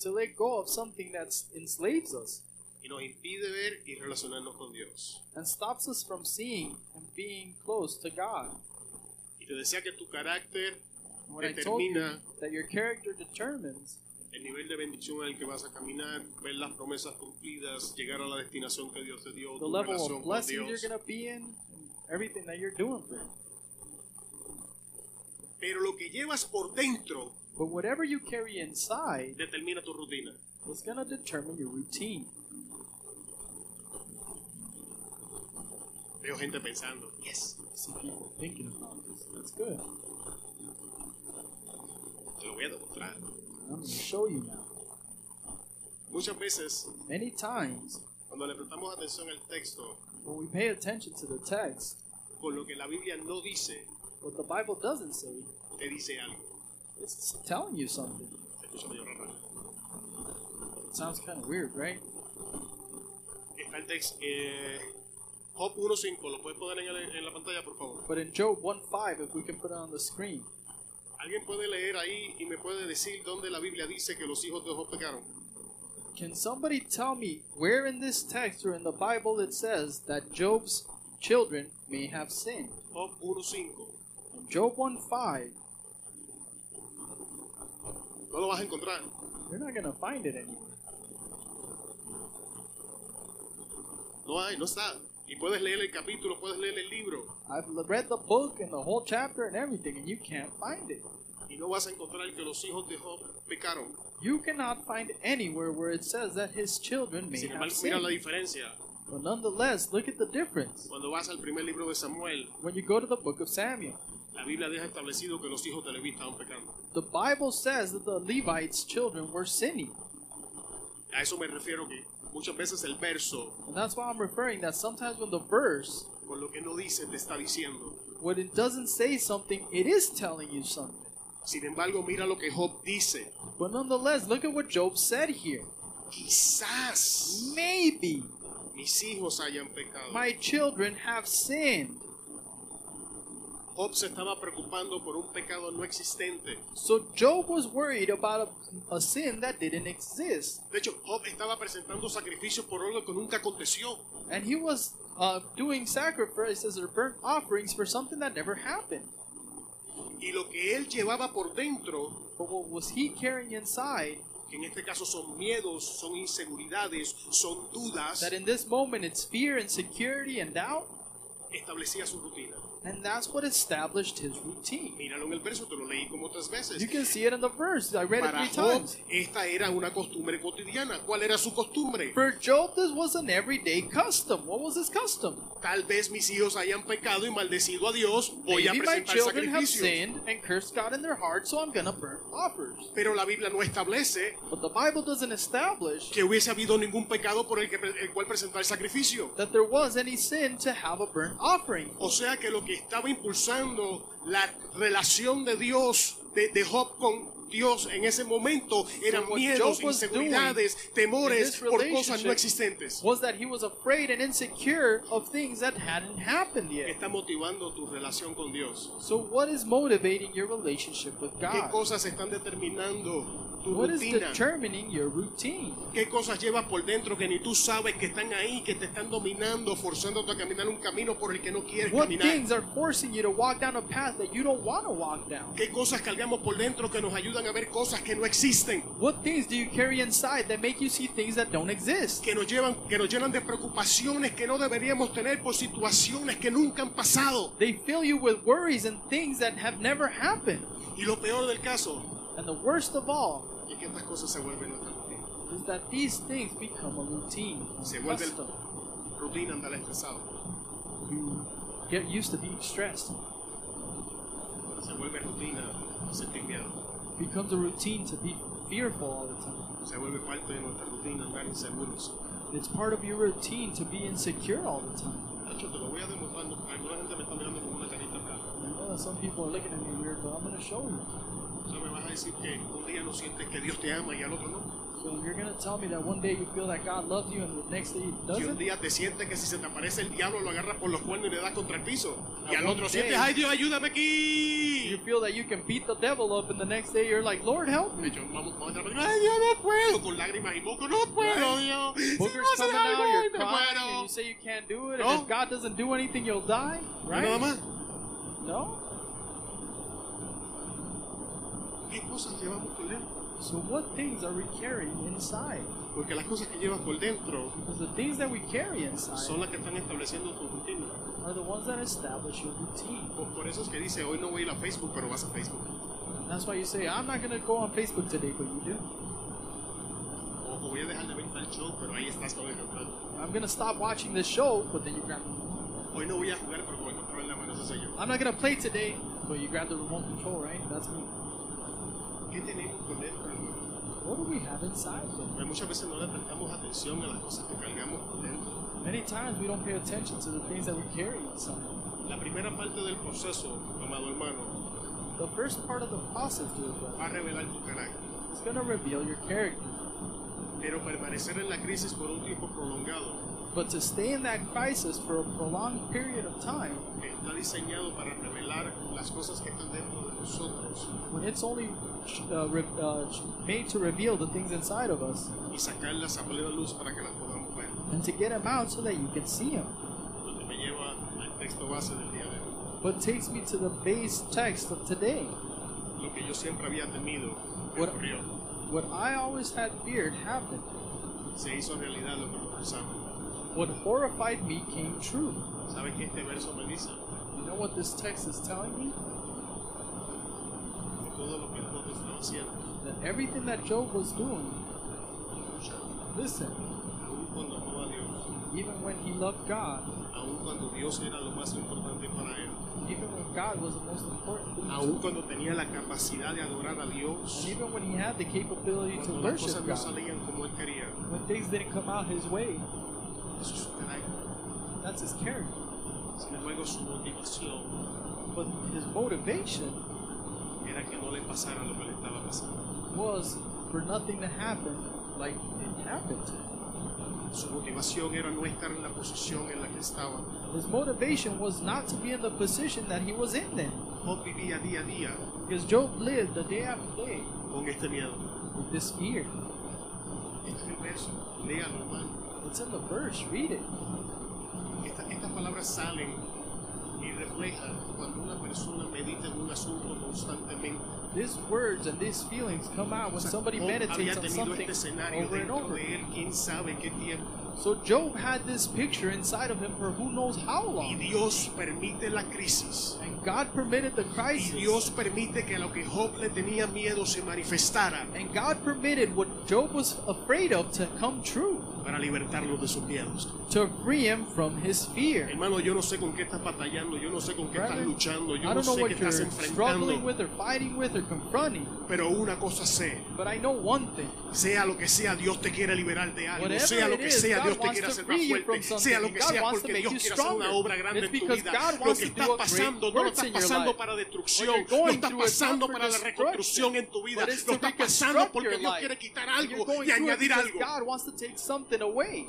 Speaker 1: to let go of something that enslaves us
Speaker 3: y nos impide ver y relacionarnos con Dios.
Speaker 1: and stops us from seeing and being close to God.
Speaker 3: Y te decía que tu carácter
Speaker 1: And When I told you
Speaker 3: determina
Speaker 1: that your character determines
Speaker 3: el nivel de bendición al que vas a caminar, ver las promesas cumplidas, llegar a la destinación que Dios te dio,
Speaker 1: the
Speaker 3: tu
Speaker 1: level
Speaker 3: relación
Speaker 1: of
Speaker 3: con
Speaker 1: blessing you're
Speaker 3: Dios.
Speaker 1: going to be in, and everything that you're doing for Him.
Speaker 3: Pero lo que llevas por dentro
Speaker 1: But whatever you carry inside
Speaker 3: determina tu rutina.
Speaker 1: is going to determine your routine.
Speaker 3: Veo gente pensando, yes,
Speaker 1: See people thinking about this. That's good.
Speaker 3: te lo voy a demostrar.
Speaker 1: I'm going to show you now.
Speaker 3: Muchas veces,
Speaker 1: Many times,
Speaker 3: cuando le prestamos atención al texto,
Speaker 1: when we pay attention to the text,
Speaker 3: con lo que la Biblia no dice,
Speaker 1: what the Bible doesn't say,
Speaker 3: te dice algo.
Speaker 1: it's telling you something.
Speaker 3: Se escucha medio raro.
Speaker 1: It sounds kind of weird, right?
Speaker 3: Está el texto. Eh, Job 1.5, ¿lo puedes poner en, el- en la pantalla, por favor?
Speaker 1: But in Job 1:5, if we can put it on the screen,
Speaker 3: ¿Alguien puede leer ahí y me puede decir dónde la Biblia dice que los hijos de Job pecaron?
Speaker 1: can somebody tell me where in this text or in the Bible it says that Job's children may have sinned?
Speaker 3: Job 1.5.
Speaker 1: In Job 1:5,
Speaker 3: No lo vas a encontrar.
Speaker 1: you're not gonna find it anywhere.
Speaker 3: No hay, no está. Y puedes leer el capítulo, puedes leer el libro
Speaker 1: I've l- read the book and the whole chapter and everything, and you can't find it.
Speaker 3: y no vas a encontrar que los hijos de Job pecaron.
Speaker 1: You cannot find anywhere where it says that his children may
Speaker 3: Sin
Speaker 1: have
Speaker 3: embargo, mira la
Speaker 1: sinned.
Speaker 3: diferencia.
Speaker 1: But nonetheless, look at the difference.
Speaker 3: Cuando vas al primer libro de Samuel,
Speaker 1: When you go to the book of Samuel,
Speaker 3: la Biblia deja establecido que los hijos de Leví estaban pecando.
Speaker 1: the Bible says that the Levites' children were sinning.
Speaker 3: A eso me refiero que muchas veces el verso,
Speaker 1: And that's why I'm referring that sometimes when the verse,
Speaker 3: con lo que no dice, te está diciendo.
Speaker 1: when it doesn't say something, it is telling you something.
Speaker 3: Sin embargo, mira lo que Job dice.
Speaker 1: But nonetheless, look at what Job said here.
Speaker 3: Quizás
Speaker 1: Maybe
Speaker 3: mis hijos hayan pecado.
Speaker 1: my children have sinned.
Speaker 3: Job se estaba preocupando por un pecado no existente.
Speaker 1: So Job was worried about a, a sin that didn't exist.
Speaker 3: De hecho, Job estaba presentando sacrificios por algo que nunca aconteció.
Speaker 1: And he was uh, doing sacrifices or burnt offerings for something that never happened.
Speaker 3: Y lo que él llevaba por dentro,
Speaker 1: But what was he carrying inside?
Speaker 3: que en este caso son miedos, son inseguridades, son dudas,
Speaker 1: That in this moment it's fear, insecurity, and doubt.
Speaker 3: establecía su rutina.
Speaker 1: And that's what established his routine.
Speaker 3: Míralo en el verso, te lo leí como tres
Speaker 1: You
Speaker 3: veces.
Speaker 1: can see it in the verse. I read it
Speaker 3: Para
Speaker 1: three
Speaker 3: Job,
Speaker 1: times.
Speaker 3: esta era una costumbre cotidiana. ¿Cuál era su costumbre?
Speaker 1: For Job, this was an everyday custom. What was his custom?
Speaker 3: Tal vez mis hijos hayan pecado y maldecido a Dios, voy a
Speaker 1: Maybe my
Speaker 3: presentar
Speaker 1: children have
Speaker 3: sacrificios.
Speaker 1: sinned and cursed God in their heart, so I'm gonna burn offers.
Speaker 3: Pero la Biblia no establece
Speaker 1: But the Bible doesn't establish
Speaker 3: que hubiese habido ningún pecado por el, que, el cual presentar sacrificio.
Speaker 1: that there was any sin to have a burnt offering.
Speaker 3: O sea que lo que estaba impulsando la relación de Dios, de, de Job con Dios en ese momento, eran
Speaker 1: what
Speaker 3: miedos,
Speaker 1: Job was
Speaker 3: inseguridades,
Speaker 1: in
Speaker 3: temores
Speaker 1: this
Speaker 3: por cosas
Speaker 1: relationship
Speaker 3: no existentes.
Speaker 1: Was that he was afraid and insecure of things that hadn't happened
Speaker 3: ¿Qué
Speaker 1: yet.
Speaker 3: está motivando tu relación con Dios?
Speaker 1: So what is motivating your relationship with
Speaker 3: ¿Qué
Speaker 1: God?
Speaker 3: cosas están determinando tu
Speaker 1: What is
Speaker 3: rutina?
Speaker 1: determining your routine?
Speaker 3: ¿Qué cosas llevas por dentro que ni tú sabes que están ahí, que te están dominando, forzándote a caminar un camino por el que no quieres
Speaker 1: What
Speaker 3: caminar?
Speaker 1: things are forcing you to walk down a path that you don't want to walk down?
Speaker 3: ¿Qué cosas cargamos por dentro que nos ayudan a ver cosas que no existen?
Speaker 1: What things do you carry inside that make you see things that don't exist?
Speaker 3: que nos llevan, que nos llenan de preocupaciones que no deberíamos tener por situaciones que nunca han pasado.
Speaker 1: They fill you with worries and things that have never happened.
Speaker 3: Y lo peor del caso
Speaker 1: And the worst of all
Speaker 3: es que estas cosas se vuelven nuestra rutina.
Speaker 1: is that these things become a routine, a
Speaker 3: Se vuelve el-
Speaker 1: custom.
Speaker 3: Rutina andar estresado,
Speaker 1: You get used to being stressed. It
Speaker 3: se vuelve rutina sentir miedo,
Speaker 1: becomes a routine to be fearful all the time.
Speaker 3: se vuelve parte de nuestra rutina andar inseguros.
Speaker 1: It's part of your routine to be insecure all the time.
Speaker 3: Nacho, te lo voy a demostrar, no- alguna gente me está mirando con una carita blanca.
Speaker 1: I know that some people are looking at me weird, but I'm going to show you.
Speaker 3: O sea, me vas a decir que un día no sientes que Dios te ama y al otro no.
Speaker 1: So you're going to tell me that one day you feel that God loves you and the next day He
Speaker 3: Y un
Speaker 1: doesn't?
Speaker 3: día te sientes que si se te aparece el diablo lo agarras por los cuernos y le das contra el piso. Y
Speaker 1: Ah,
Speaker 3: al
Speaker 1: un
Speaker 3: otro sientes,
Speaker 1: día.
Speaker 3: ay Dios, ayúdame
Speaker 1: You
Speaker 3: aquí.
Speaker 1: feel that you can beat the devil up and the next day you're like, Lord help
Speaker 3: Y
Speaker 1: me.
Speaker 3: yo, vamos, vamos otra vez. Ay Dios, no puedo. Con lágrimas y moco, no puedo, Dios. Si no
Speaker 1: Booger's
Speaker 3: haces
Speaker 1: coming out,
Speaker 3: algo,
Speaker 1: you're
Speaker 3: ay, me
Speaker 1: crying and
Speaker 3: muero.
Speaker 1: you say you can't do it
Speaker 3: No.
Speaker 1: and if God doesn't do anything you'll die,
Speaker 3: Y Nada
Speaker 1: right?
Speaker 3: más.
Speaker 1: No?
Speaker 3: ¿Qué cosas llevamos por dentro?
Speaker 1: So what things are we carrying inside?
Speaker 3: Porque las cosas que llevas por dentro
Speaker 1: Because the things that we carry
Speaker 3: son
Speaker 1: inside
Speaker 3: las que están estableciendo tu rutina.
Speaker 1: are the ones that establish your routine.
Speaker 3: Por, por eso es que dice, hoy no voy a ir a Facebook, pero vas a Facebook.
Speaker 1: And that's why you say, I'm not going to go on Facebook today, but you do.
Speaker 3: O, o voy a dejar de ver tal show, pero ahí estás todo el rato.
Speaker 1: I'm going to stop watching this show, but then you grab
Speaker 3: Hoy no voy a jugar, pero voy a controlar la mano, eso soy yo.
Speaker 1: I'm not going to play today, but you grab the remote control, right? That's me.
Speaker 3: ¿Qué tenemos por dentro, hermano?
Speaker 1: What do we have inside then?
Speaker 3: Pero muchas veces no le prestamos atención a las cosas que cargamos por dentro.
Speaker 1: Many times we don't pay attention to the things that we carry inside.
Speaker 3: La primera parte del proceso, amado hermano,
Speaker 1: The first part of the process, dear brother,
Speaker 3: va a revelar tu carácter.
Speaker 1: is going to reveal your character.
Speaker 3: Pero permanecer en la crisis por un tiempo prolongado
Speaker 1: But to stay in that crisis for a prolonged period of time,
Speaker 3: está diseñado para revelar las cosas que están dentro de nosotros
Speaker 1: when it's only uh, re- uh, made to reveal the things inside of us
Speaker 3: y sacarlas a plena luz para que las podamos ver.
Speaker 1: and to get them out so that you can see them.
Speaker 3: Donde me lleva al texto base del día de hoy.
Speaker 1: But takes me to the base text of today.
Speaker 3: Lo que yo siempre había temido
Speaker 1: What-
Speaker 3: ocurrió.
Speaker 1: What I always had feared happened.
Speaker 3: Se hizo realidad lo que conversamos.
Speaker 1: What horrified me came true.
Speaker 3: ¿Sabes qué este verso me dice?
Speaker 1: You know what this text is telling me?
Speaker 3: Que todo lo que el mundo estaba haciendo,
Speaker 1: That everything that Job was doing, listen,
Speaker 3: aún cuando amaba a Dios,
Speaker 1: even when he loved God,
Speaker 3: aun cuando Dios era lo más importante para él,
Speaker 1: even when God was the most important thing, to
Speaker 3: aun
Speaker 1: him,
Speaker 3: cuando tenía la capacidad de adorar a Dios,
Speaker 1: and even when he had the capability to
Speaker 3: cuando las cosas
Speaker 1: worship
Speaker 3: no
Speaker 1: God,
Speaker 3: salían como él quería,
Speaker 1: when things didn't come out his way,
Speaker 3: eso es su carácter.
Speaker 1: that's his character.
Speaker 3: Sin embargo, su motivación
Speaker 1: But his motivation
Speaker 3: era que no le pasara lo que le estaba pasando.
Speaker 1: was for nothing to happen like it happened to him.
Speaker 3: Su motivación era no estar en la posición en la que estaba.
Speaker 1: His motivation was not to be in the position that he was in then.
Speaker 3: Job vivía día a día
Speaker 1: Because Job lived the day after day
Speaker 3: con este miedo.
Speaker 1: with this fear.
Speaker 3: Este es el verso, léalo, hermano.
Speaker 1: It's in the verse, read it.
Speaker 3: Esta- estas palabras salen y reflejan cuando una persona medita en un asunto constantemente.
Speaker 1: These words and these feelings come out when somebody
Speaker 3: Job había
Speaker 1: meditates on
Speaker 3: tenido
Speaker 1: something
Speaker 3: este escenario
Speaker 1: over and
Speaker 3: dentro
Speaker 1: over.
Speaker 3: de él, quién sabe qué tiempo.
Speaker 1: So Job had this picture inside of him for who knows how
Speaker 3: Y
Speaker 1: long.
Speaker 3: Dios permite la crisis.
Speaker 1: And God permitted the
Speaker 3: Y
Speaker 1: crisis.
Speaker 3: Dios permite que lo que Job le tenía miedo se manifestara
Speaker 1: And God permitted what Job was afraid of to come true,
Speaker 3: para libertarlo de sus miedos.
Speaker 1: to free him from his fear.
Speaker 3: Hermano, yo no sé con qué estás batallando, yo no sé con qué estás
Speaker 1: Brethren,
Speaker 3: luchando, yo
Speaker 1: I
Speaker 3: no
Speaker 1: don't know
Speaker 3: sé qué
Speaker 1: what you're
Speaker 3: estás
Speaker 1: struggling
Speaker 3: enfrentando,
Speaker 1: with or fighting with or confronting,
Speaker 3: pero una cosa sé,
Speaker 1: but I know one thing.
Speaker 3: sea lo que sea, Dios te quiere liberar de algo,
Speaker 1: Whatever
Speaker 3: sea lo
Speaker 1: it
Speaker 3: que
Speaker 1: is,
Speaker 3: sea,
Speaker 1: God
Speaker 3: Dios te
Speaker 1: wants
Speaker 3: quiere
Speaker 1: to
Speaker 3: hacer más
Speaker 1: free you
Speaker 3: fuerte,
Speaker 1: from
Speaker 3: sea lo
Speaker 1: something.
Speaker 3: que
Speaker 1: God
Speaker 3: sea,
Speaker 1: wants to
Speaker 3: porque
Speaker 1: make
Speaker 3: Dios
Speaker 1: you
Speaker 3: quiere hacer una
Speaker 1: stronger.
Speaker 3: obra grande
Speaker 1: It's
Speaker 3: en tu
Speaker 1: because
Speaker 3: vida,
Speaker 1: God
Speaker 3: lo
Speaker 1: wants
Speaker 3: que
Speaker 1: to do
Speaker 3: estás
Speaker 1: a great
Speaker 3: pasando no lo
Speaker 1: works
Speaker 3: estás
Speaker 1: in your
Speaker 3: pasando
Speaker 1: life.
Speaker 3: para
Speaker 1: What
Speaker 3: destrucción,
Speaker 1: you're
Speaker 3: lo
Speaker 1: going
Speaker 3: estás
Speaker 1: through is not
Speaker 3: pasando
Speaker 1: for
Speaker 3: para la
Speaker 1: destruction,
Speaker 3: reconstrucción en tu vida,
Speaker 1: but it's to
Speaker 3: lo estás pasando
Speaker 1: reconstruct
Speaker 3: porque
Speaker 1: your
Speaker 3: Dios
Speaker 1: life.
Speaker 3: quiere quitar
Speaker 1: And
Speaker 3: algo
Speaker 1: you're going through
Speaker 3: y
Speaker 1: it
Speaker 3: añadir
Speaker 1: because
Speaker 3: algo.
Speaker 1: God wants to take something away.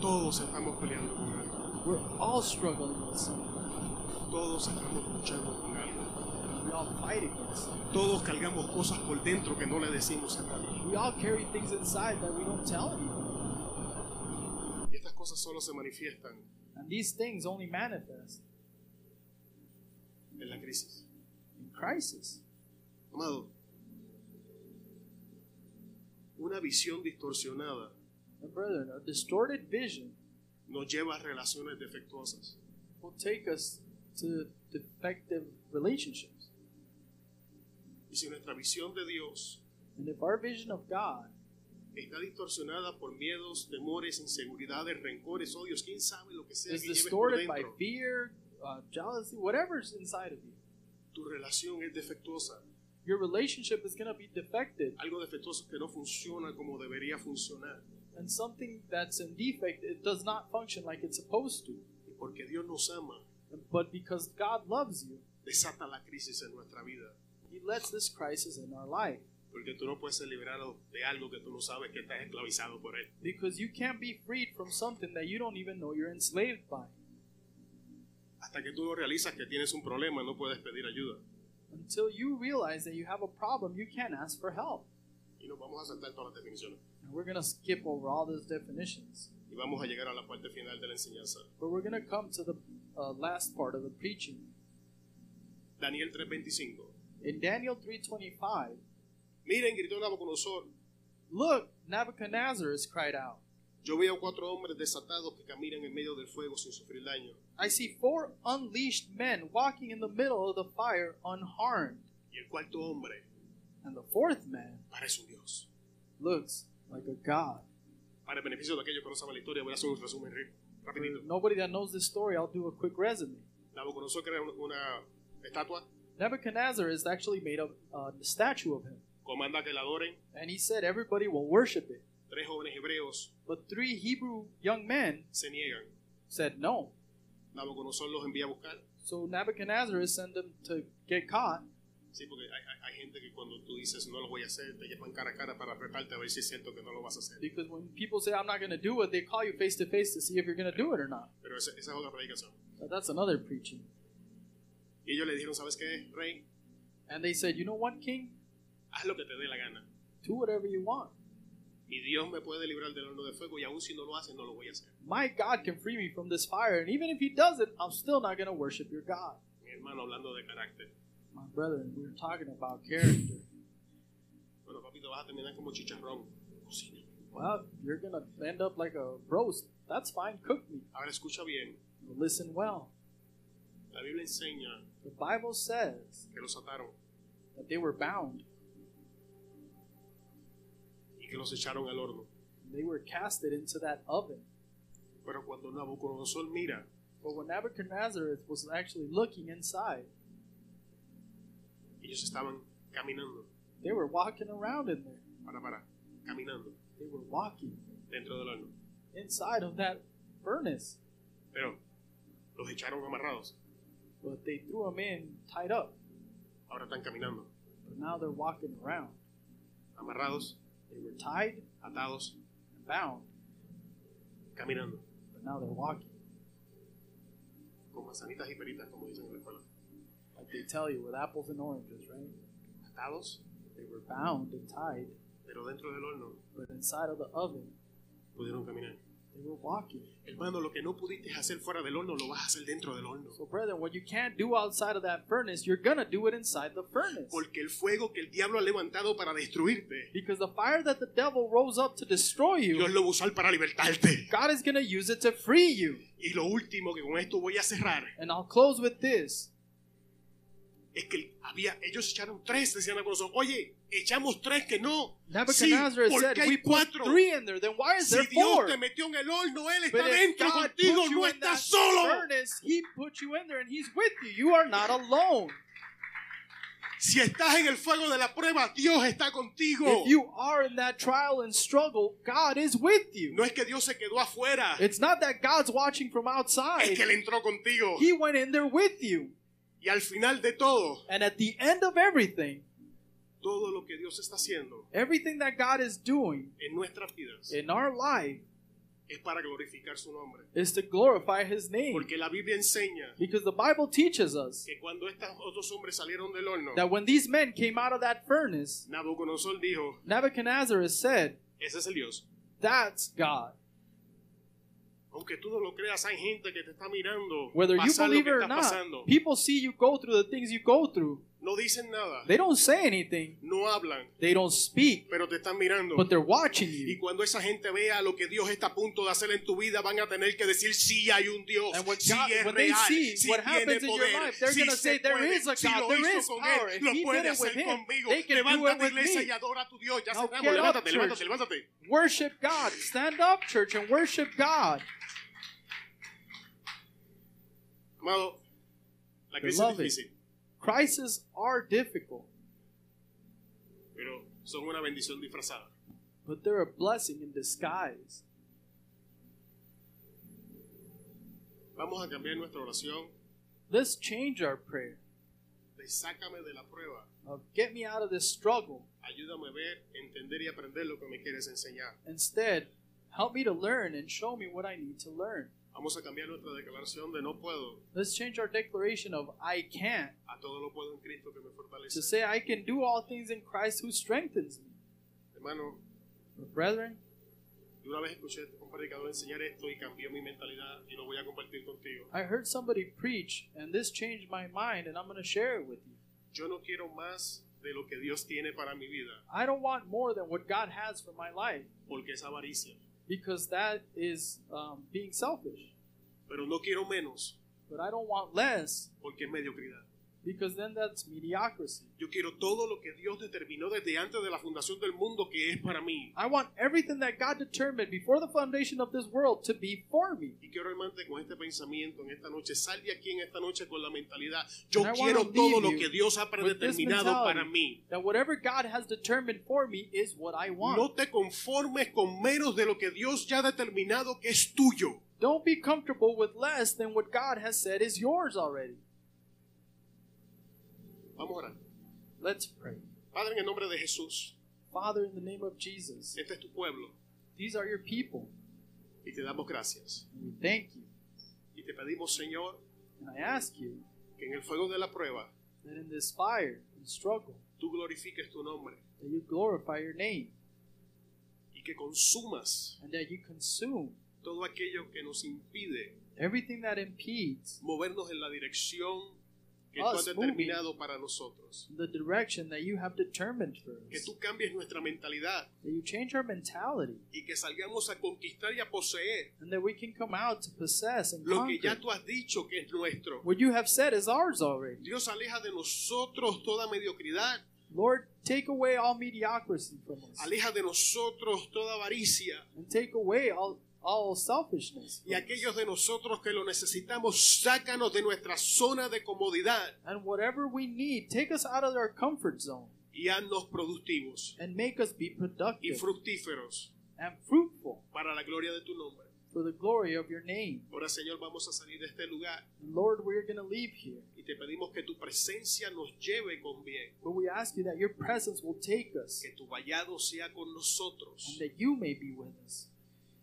Speaker 3: Todos estamos peleando con algo.
Speaker 1: We're all struggling with something.
Speaker 3: Todos estamos luchando con algo.
Speaker 1: We all fight against something.
Speaker 3: Todos cargamos cosas por dentro que no le decimos a nadie.
Speaker 1: We all carry things inside that we don't tell anyone.
Speaker 3: Y estas cosas solo se manifiestan
Speaker 1: And these things only manifest
Speaker 3: en la crisis.
Speaker 1: in crisis.
Speaker 3: Amado, una visión distorsionada
Speaker 1: And brethren, a distorted vision
Speaker 3: nos lleva a relaciones defectuosas.
Speaker 1: will take us to defective relationships.
Speaker 3: Y si nuestra visión de Dios
Speaker 1: And if our vision of God
Speaker 3: está distorsionada por miedos, temores, inseguridades, rencores, odios, quién sabe lo que sea
Speaker 1: is
Speaker 3: que lleves por
Speaker 1: distorted by
Speaker 3: dentro,
Speaker 1: fear, uh, jealousy, whatever's inside of you,
Speaker 3: tu relación es defectuosa.
Speaker 1: your relationship is going to be defected.
Speaker 3: Algo defectuoso que no funciona como debería funcionar.
Speaker 1: And something that's in defect, it does not function like it's supposed to.
Speaker 3: Y porque Dios nos ama,
Speaker 1: But because God loves you,
Speaker 3: desata la crisis en nuestra vida.
Speaker 1: He lets this crisis in our life.
Speaker 3: Porque tú no puedes ser liberado de algo que tú no sabes que estás esclavizado por él.
Speaker 1: because you can't be freed from something that you don't even know you're enslaved by
Speaker 3: Hasta que tú no realizas que tienes un problema, no puedes pedir ayuda.
Speaker 1: until you realize that you have a problem you can't ask for help
Speaker 3: Y nos vamos a saltar todas las definiciones.
Speaker 1: and we're going to skip over all those definitions
Speaker 3: Y vamos a llegar a la parte final de la enseñanza.
Speaker 1: but we're going to come to the uh, last part of the preaching
Speaker 3: Daniel 3:25.
Speaker 1: in daniel 3.25
Speaker 3: Miren, gritó Nabucodonosor,
Speaker 1: look nebuchadnezzar is cried out
Speaker 3: yo veo cuatro hombres desatados que caminan en medio del fuego sin sufrir daño.
Speaker 1: i see four unleashed men walking in the middle of the fire unharmed
Speaker 3: Y el cuarto hombre
Speaker 1: and the fourth man
Speaker 3: parece un dios.
Speaker 1: looks like a god
Speaker 3: Para el beneficio de aquellos que no saben la historia, voy a hacer un resumen ri-
Speaker 1: For
Speaker 3: rapidito.
Speaker 1: nobody that knows this story i'll do a quick resume
Speaker 3: Nabucodonosor crea un- una estatua,
Speaker 1: Nebuchadnezzar is actually made of uh, a statue of him,
Speaker 3: comanda que la adoren.
Speaker 1: and he said everybody will worship it.
Speaker 3: Tres jóvenes hebreos
Speaker 1: But three Hebrew young men
Speaker 3: se niegan.
Speaker 1: said no.
Speaker 3: Nabucodonosor los envía a buscar.
Speaker 1: So Nebuchadnezzar sent them to get caught
Speaker 3: Sí, porque hay, hay- hay gente que cuando tú dices no lo voy a hacer, te llevan cara a cara para retarte a ver si es cierto que no lo vas a hacer.
Speaker 1: because when people say I'm not going to do it, they call you face to face to see if you're going to do it or not.
Speaker 3: Pero esa, esa es otra predicación.
Speaker 1: But that's another preaching.
Speaker 3: Y ellos le dijeron, ¿sabes qué, rey?
Speaker 1: And they said, you know what, King,
Speaker 3: Haz lo que te dé la gana.
Speaker 1: do whatever you want.
Speaker 3: Mi Dios me puede librar del horno de fuego y aún si no lo hace, no lo voy a hacer.
Speaker 1: My God can free me from this fire, and even if He doesn't, I'm still not going to worship your God.
Speaker 3: Mi hermano hablando de carácter.
Speaker 1: My brethren, we were talking about character.
Speaker 3: Bueno, papito, vas a terminar como chicharrón. Cocina.
Speaker 1: Well, you're gonna end up like a roast. That's fine. Cook me.
Speaker 3: Ahora escucha bien.
Speaker 1: Listen well.
Speaker 3: La Biblia enseña
Speaker 1: The Bible says
Speaker 3: que los ataron
Speaker 1: that they were bound.
Speaker 3: y que los echaron al horno.
Speaker 1: They were casted into that oven.
Speaker 3: Pero cuando Nabucodonosor mira,
Speaker 1: But when Nebuchadnezzar was actually looking inside,
Speaker 3: ellos estaban caminando.
Speaker 1: they were walking around in there.
Speaker 3: Para, para. Caminando
Speaker 1: They were walking
Speaker 3: dentro del horno.
Speaker 1: inside of that furnace.
Speaker 3: Pero los echaron amarrados.
Speaker 1: But they threw them in tied up.
Speaker 3: Ahora están caminando.
Speaker 1: But now they're walking around.
Speaker 3: Amarrados,
Speaker 1: They were tied
Speaker 3: atados,
Speaker 1: and bound.
Speaker 3: caminando.
Speaker 1: But now they're walking.
Speaker 3: Con manzanitas y peritas, como dicen en la escuela.
Speaker 1: Like they tell you with apples and oranges, right?
Speaker 3: Atados,
Speaker 1: They were bound and tied,
Speaker 3: pero dentro del horno
Speaker 1: but inside of the oven,
Speaker 3: pudieron caminar.
Speaker 1: They were walking.
Speaker 3: Hermano, lo que no pudiste hacer fuera del horno, lo vas a hacer dentro del horno.
Speaker 1: So, brethren, what you can't do outside of that furnace, you're going to do it inside the furnace.
Speaker 3: Porque el fuego que el diablo ha levantado para destruirte,
Speaker 1: Because the fire that the devil rose up to destroy you,
Speaker 3: Dios lo va a usar para libertarte.
Speaker 1: God is going to use it to free you.
Speaker 3: Y lo último que con esto voy a cerrar
Speaker 1: And I'll close with this.
Speaker 3: es que había, ellos echaron tres, decían a nosotros, oye, echamos tres que no. Sí,
Speaker 1: Nebuchadnezzar
Speaker 3: porque
Speaker 1: said,
Speaker 3: hay
Speaker 1: We put
Speaker 3: cuatro.
Speaker 1: three in there. Then why is there
Speaker 3: Si Dios
Speaker 1: four?
Speaker 3: te metió en el horno, Él
Speaker 1: But
Speaker 3: está
Speaker 1: if
Speaker 3: dentro
Speaker 1: God
Speaker 3: contigo,
Speaker 1: put you
Speaker 3: no
Speaker 1: in that
Speaker 3: estás solo.
Speaker 1: furnace, He put you in there and He's with you. You are not alone.
Speaker 3: Si estás en el fuego de la prueba, Dios está contigo.
Speaker 1: If you are in that trial and struggle, God is with you.
Speaker 3: No es que Dios se quedó afuera,
Speaker 1: It's not that God's watching from
Speaker 3: es
Speaker 1: outside,
Speaker 3: que Él entró contigo.
Speaker 1: He went in there with you.
Speaker 3: Y al final de todo,
Speaker 1: And at the end of everything,
Speaker 3: todo lo que Dios está haciendo
Speaker 1: everything that God is doing
Speaker 3: en nuestras vidas
Speaker 1: in our life
Speaker 3: es para glorificar su nombre.
Speaker 1: is to glorify His name.
Speaker 3: Porque la Biblia enseña
Speaker 1: Because the Bible teaches us
Speaker 3: que cuando estos otros hombres salieron del horno,
Speaker 1: that when these men came out of that furnace,
Speaker 3: Nabucodonosor dijo,
Speaker 1: Nebuchadnezzar has said,
Speaker 3: ese es el Dios.
Speaker 1: That's God.
Speaker 3: Aunque tú no lo creas, hay gente que te está mirando
Speaker 1: Whether you
Speaker 3: pasar lo
Speaker 1: believe
Speaker 3: que
Speaker 1: it or
Speaker 3: está
Speaker 1: not,
Speaker 3: pasando.
Speaker 1: people see you go through the things you go through.
Speaker 3: No dicen nada,
Speaker 1: They don't say anything,
Speaker 3: no hablan,
Speaker 1: they don't speak,
Speaker 3: pero te están mirando.
Speaker 1: but they're watching
Speaker 3: Y
Speaker 1: you.
Speaker 3: cuando esa gente vea lo que Dios está a punto de hacer en tu vida, van a tener que decir sí hay un Dios,
Speaker 1: And when
Speaker 3: sí
Speaker 1: God-
Speaker 3: es
Speaker 1: when they
Speaker 3: real,
Speaker 1: see
Speaker 3: sí
Speaker 1: what
Speaker 3: tiene
Speaker 1: happens in your
Speaker 3: poder,
Speaker 1: life, they're
Speaker 3: sí
Speaker 1: gonna
Speaker 3: se
Speaker 1: say, "There
Speaker 3: puede,
Speaker 1: is a
Speaker 3: si
Speaker 1: God,
Speaker 3: lo
Speaker 1: there
Speaker 3: hizo
Speaker 1: is
Speaker 3: con
Speaker 1: power.
Speaker 3: él,
Speaker 1: If
Speaker 3: lo
Speaker 1: he
Speaker 3: puede
Speaker 1: did it
Speaker 3: hacer
Speaker 1: with him,
Speaker 3: conmigo.
Speaker 1: they can do it
Speaker 3: levántate
Speaker 1: with
Speaker 3: iglesia
Speaker 1: me.
Speaker 3: y adora a tu Dios. Ya
Speaker 1: Now
Speaker 3: cerramos,
Speaker 1: get up,
Speaker 3: levántate,
Speaker 1: church.
Speaker 3: levántate, levántate.
Speaker 1: Worship God. Stand up, church, and worship God.
Speaker 3: Amado, la crisis es
Speaker 1: Beloved.
Speaker 3: difícil,
Speaker 1: Crises are difficult,
Speaker 3: pero son una bendición disfrazada.
Speaker 1: but they're a blessing in disguise.
Speaker 3: Vamos a cambiar nuestra oración
Speaker 1: Let's change our prayer
Speaker 3: de de sácame de la prueba.
Speaker 1: of get me out of this struggle.
Speaker 3: Ayúdame a ver, entender y aprender lo que me quieres enseñar.
Speaker 1: Instead, help me to learn and show me what I need to learn.
Speaker 3: Vamos a cambiar nuestra declaración de no puedo
Speaker 1: Let's change our declaration of I can't
Speaker 3: a todo lo puedo en Cristo que me
Speaker 1: to
Speaker 3: fortalece.
Speaker 1: say I can do all things in Christ who strengthens me.
Speaker 3: Hermano,
Speaker 1: But brethren,
Speaker 3: yo una vez escuché a un predicador enseñar esto y cambió mi mentalidad y lo voy a compartir contigo.
Speaker 1: I heard somebody preach, and this changed my mind, and I'm going to share it with you.
Speaker 3: Yo no quiero más de lo que Dios tiene para mi vida,
Speaker 1: I don't want more than what God has for my life
Speaker 3: porque es avaricia.
Speaker 1: because that is um, being selfish.
Speaker 3: Pero no quiero menos,
Speaker 1: But I don't want less
Speaker 3: porque es mediocridad.
Speaker 1: because then that's mediocrity.
Speaker 3: Yo quiero todo lo que Dios determinó desde antes de la fundación del mundo que es para mí.
Speaker 1: I want everything that God determined before the foundation of this world to be for me.
Speaker 3: Y quiero hermante con este pensamiento en esta noche. Sal de aquí en esta noche con la mentalidad. Yo
Speaker 1: And I
Speaker 3: quiero
Speaker 1: wanna
Speaker 3: todo
Speaker 1: leave
Speaker 3: lo
Speaker 1: you
Speaker 3: que Dios ha
Speaker 1: with this
Speaker 3: predeterminado
Speaker 1: mentality
Speaker 3: para mí.
Speaker 1: That whatever God has determined for me is what I want.
Speaker 3: No te conformes con menos de lo que Dios ya ha determinado que es tuyo.
Speaker 1: Don't be comfortable with less than what God has said is yours already.
Speaker 3: Vamos a orar.
Speaker 1: Let's pray.
Speaker 3: Padre, en el nombre de Jesús,
Speaker 1: Father, in the name of Jesus,
Speaker 3: este es tu pueblo
Speaker 1: these are your people.
Speaker 3: y te damos gracias.
Speaker 1: And we thank you.
Speaker 3: Y te pedimos, Señor,
Speaker 1: And I ask you
Speaker 3: que en el fuego de la prueba
Speaker 1: that in this fire and struggle,
Speaker 3: tú glorifiques tu nombre
Speaker 1: that you glorify your name
Speaker 3: y que consumas
Speaker 1: and that you consume
Speaker 3: todo aquello que nos impide
Speaker 1: everything that impedes
Speaker 3: movernos en la dirección que tú
Speaker 1: Us
Speaker 3: has determinado para nosotros.
Speaker 1: the direction that you have determined for
Speaker 3: Que
Speaker 1: us.
Speaker 3: tú cambies nuestra mentalidad
Speaker 1: That you change our mentality
Speaker 3: y que salgamos a conquistar y a poseer
Speaker 1: and that we can come out to possess and
Speaker 3: lo que
Speaker 1: conquer.
Speaker 3: ya tú has dicho que es nuestro.
Speaker 1: What you have said is ours already.
Speaker 3: Dios aleja de nosotros toda mediocridad,
Speaker 1: Lord, take away all mediocrity from us
Speaker 3: aleja de nosotros toda avaricia
Speaker 1: and take away all, all selfishness. from
Speaker 3: y
Speaker 1: us.
Speaker 3: aquellos de nosotros que lo necesitamos, sácanos de nuestra zona de comodidad
Speaker 1: And whatever we need, take us out of our comfort zone
Speaker 3: y haznos productivos
Speaker 1: and make us be
Speaker 3: y
Speaker 1: productive
Speaker 3: fructíferos
Speaker 1: and fruitful
Speaker 3: para la gloria de tu nombre.
Speaker 1: for the glory of your name.
Speaker 3: Ahora, Señor, vamos a salir de este lugar
Speaker 1: And Lord, we're going to leave here,
Speaker 3: y te pedimos que tu presencia nos lleve con bien,
Speaker 1: but we ask you that your presence will take us
Speaker 3: que tu vallado sea con
Speaker 1: and
Speaker 3: nosotros
Speaker 1: that you may be with us.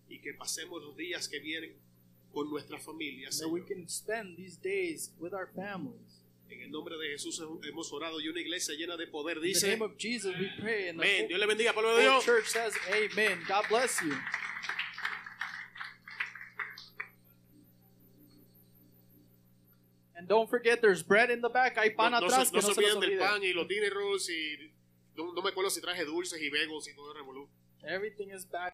Speaker 3: y que pasemos los días que vienen con nuestras familias.
Speaker 1: and that we
Speaker 3: Señor.
Speaker 1: can spend these days with our families.
Speaker 3: En el nombre de Jesús hemos orado y una iglesia llena de poder
Speaker 1: In the
Speaker 3: dice,
Speaker 1: name of Jesus, we pray. And the
Speaker 3: amén, Dios
Speaker 1: whole-
Speaker 3: le bendiga, pueblo de
Speaker 1: whole
Speaker 3: Dios.
Speaker 1: church says, Amen. God bless you. And don't forget, there's bread in the back. Hay pan
Speaker 3: No, no
Speaker 1: atrás
Speaker 3: se, no
Speaker 1: que no
Speaker 3: se
Speaker 1: se los
Speaker 3: olviden del
Speaker 1: olvide.
Speaker 3: pan y los dinner rolls y no, no me acuerdo si traje dulces y bagels y todo el revolú.
Speaker 1: Everything is back.